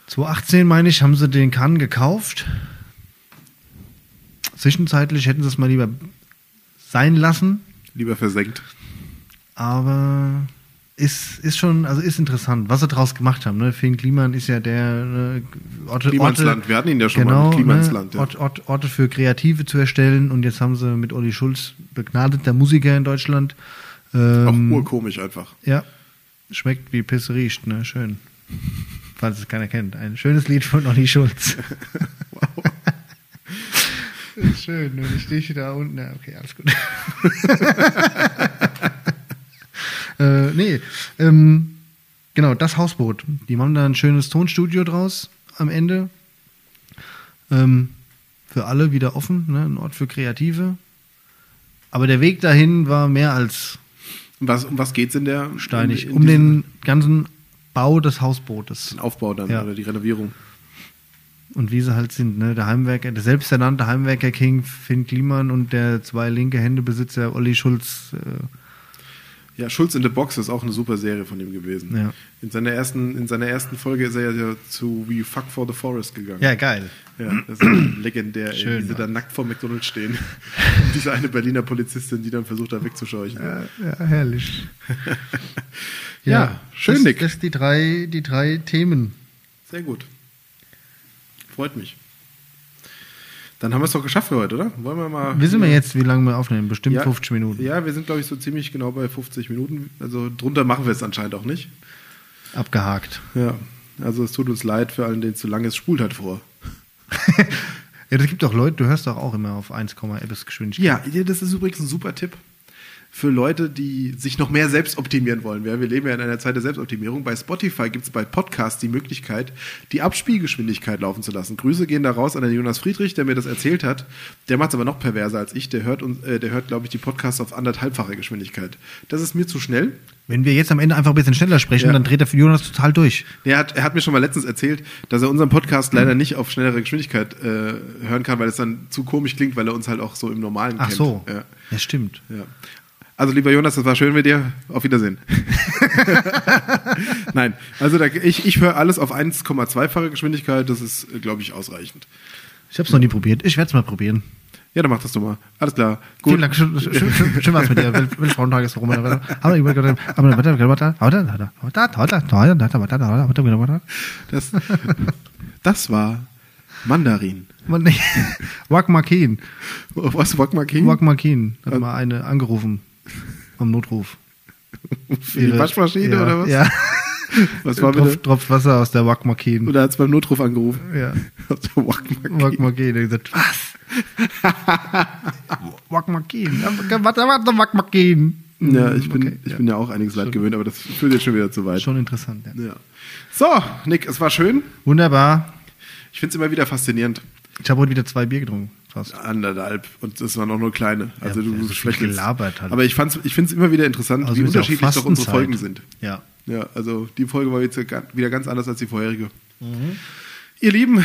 B: 2018, meine ich, haben sie den Kahn gekauft. Zwischenzeitlich hätten sie es mal lieber sein lassen,
C: Lieber versenkt.
B: aber ist, ist schon, also ist interessant, was sie draus gemacht haben. Ne? Finn Kliman ist ja der ne, Orte,
C: Klimansland, wir hatten ihn ja schon
B: genau,
C: mal mit Klimansland.
B: ne,
C: ja.
B: Ort, Ort, Orte für Kreative zu erstellen und jetzt haben sie mit Olli Schulz begnadeter Musiker in Deutschland.
C: Auch
B: Ähm,
C: urkomisch einfach.
B: Ja, schmeckt wie Pisse riecht, ne? [laughs] Schön. Falls es keiner kennt. Ein schönes Lied von Olli [laughs] Schulz. [laughs] Schön, und ich stehe da unten. Ja, okay, alles gut. [laughs] äh, nee, ähm, genau, das Hausboot. Die machen da ein schönes Tonstudio draus am Ende. Ähm, für alle wieder offen, ne? ein Ort für Kreative. Aber der Weg dahin war mehr als
C: Und was, um was geht's in der
B: steinig.
C: in- in Genau.
B: Um
C: diesem-
B: den ganzen Bau des Hausbootes
C: den Aufbau dann
B: Ja.
C: oder die Renovierung?
B: und wie sie halt sind, ne? Der Heimwerker, der selbsternannte Heimwerker King Finn Kliman und der zwei linke Händebesitzer Olli Schulz. Äh,
C: Ja, Schulz in the Box ist auch eine super Serie von ihm gewesen.
B: Ja.
C: In, seiner ersten, in seiner ersten Folge ist er ja zu We Fuck for the Forest gegangen.
B: ja, geil.
C: Ja, das ist legendär,
B: Schön,
C: ey, wie sie
B: ja.
C: da nackt vor McDonalds stehen. [laughs] Und diese eine Berliner Polizistin, die dann versucht, da wegzuscheuchen.
B: Ja, herrlich.
C: [laughs] Ja, schön,
B: das,
C: Nick.
B: Das die drei, die drei Themen.
C: Sehr gut. Freut mich. Dann haben wir es doch geschafft für heute, oder? Wollen wir mal.
B: Wissen wir jetzt, wie lange wir aufnehmen? Bestimmt
C: ja,
B: 50 Minuten.
C: Ja, wir sind, glaube ich, so ziemlich genau bei 50 Minuten. Also drunter machen wir es anscheinend auch nicht.
B: Abgehakt. [laughs]
C: Ja. Also es tut uns leid für allen, denen es zu lange ist. Spult halt vor.
B: Ja, das gibt doch Leute, du hörst doch auch immer auf 1, etwas Geschwindigkeit.
C: Ja, ja, das ist übrigens ein super Tipp für Leute, die sich noch mehr selbst optimieren wollen. Ja, wir leben ja in einer Zeit der Selbstoptimierung. Bei Spotify gibt es bei Podcasts die Möglichkeit, die Abspielgeschwindigkeit laufen zu lassen. Grüße gehen da raus an den Jonas Friedrich, der mir das erzählt hat. Der macht es aber noch perverser als ich. Der hört, uns- äh, der hört glaube ich, die Podcasts auf anderthalbfache Geschwindigkeit. Das ist mir zu schnell.
B: Wenn wir jetzt am Ende einfach ein bisschen schneller sprechen,
C: Ja.
B: dann dreht der Jonas total durch.
C: Er hat, er hat mir schon mal letztens erzählt, dass er unseren Podcast
B: Mhm.
C: leider nicht auf schnellere Geschwindigkeit äh, hören kann, weil es dann zu komisch klingt, weil er uns halt auch so im Normalen
B: Ach
C: kennt.
B: so,
C: Ja.
B: das stimmt.
C: Ja. Also lieber Jonas, das war schön mit dir.
B: [laughs]
C: Auf Wiedersehen. Nein, also da, ich, ich höre alles auf 1,2-fache Geschwindigkeit. Das ist, glaube ich, ausreichend.
B: Ich habe es noch nie probiert. Ich werde es mal probieren.
C: Ja, dann mach das doch mal. Alles klar.
B: Vielen Dank. Schön, schön, schön, schön war's mit dir. Wel- Welch Frauentag ist rum? Aber ich überlege, aber warte, warte, warte, warte, warte, warte, warte, warte, warte, warte, warte, warte, warte.
C: Das, das war Mandarin.
B: Man- nee. Wag Markin.
C: Was, Wokmakin?
B: Wag Markin hat mal eine angerufen am Notruf.
C: Für die
B: Ihre-
C: Waschmaschine
B: ja,
C: oder was?
B: Ja.
C: Was war
B: Tropf,
C: bitte?
B: Tropf Wasser aus der Wag Markin.
C: Oder hat es beim Notruf angerufen? Also,
B: Ja.
C: Aus der Wokmakin.
B: Wag Markin. Der hat gesagt, was? Wag Markin. Warte, warte, Wag Markin.
C: Ja, ich bin,
B: Okay,
C: ich
B: ja.
C: bin ja auch einiges leid gewöhnt, aber das führt jetzt schon wieder zu weit.
B: Schon interessant, ja.
C: Ja. So, Nick, es war schön.
B: Wunderbar.
C: Ich finde es immer wieder faszinierend.
B: Ich habe heute wieder zwei Bier getrunken. Fast.
C: Anderthalb. Und das waren auch nur kleine. Also
B: Ja,
C: du
B: das
C: bist
B: ist
C: schlecht
B: viel
C: jetzt.
B: gelabert halt.
C: Aber ich, fand's- ich finde es immer wieder interessant, wie
B: Also ist ja auch
C: unterschiedlich doch unsere
B: Fastenzeit.
C: Folgen sind.
B: Ja.
C: Ja, also die Folge war jetzt ja ga- wieder ganz anders als die vorherige.
B: Mhm.
C: Ihr Lieben,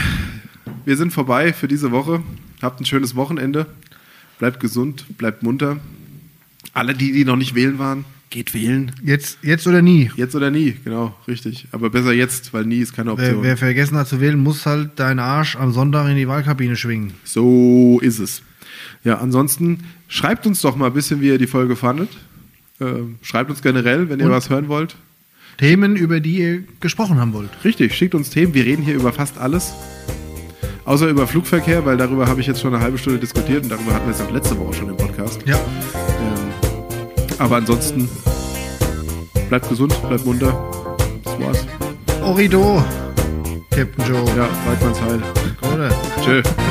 C: wir sind vorbei für diese Woche. Habt ein schönes Wochenende. Bleibt gesund, bleibt munter. Alle, die, die noch nicht wählen waren, geht wählen.
B: Jetzt, jetzt oder nie.
C: Jetzt oder nie, genau, richtig. Aber besser jetzt, weil nie ist keine
B: Wer,
C: Option.
B: wer vergessen hat zu wählen, muss halt deinen Arsch am Sonntag in die Wahlkabine schwingen.
C: So ist es. Ja, ansonsten schreibt uns doch mal ein bisschen, wie ihr die Folge fandet. Ähm, schreibt uns generell, wenn ihr
B: Und-
C: was hören wollt.
B: Themen, über die ihr gesprochen haben wollt.
C: Richtig, schickt uns Themen. Wir reden hier über fast alles. Außer über Flugverkehr, weil darüber habe ich jetzt schon eine halbe Stunde diskutiert und darüber hatten wir es auch letzte Woche schon im Podcast.
B: Ja.
C: Ähm, aber ansonsten bleibt gesund, bleibt munter. Das war's.
B: Orido. Captain Joe.
C: Ja, Weidmanns Heil.
B: Oder?
C: Tschö.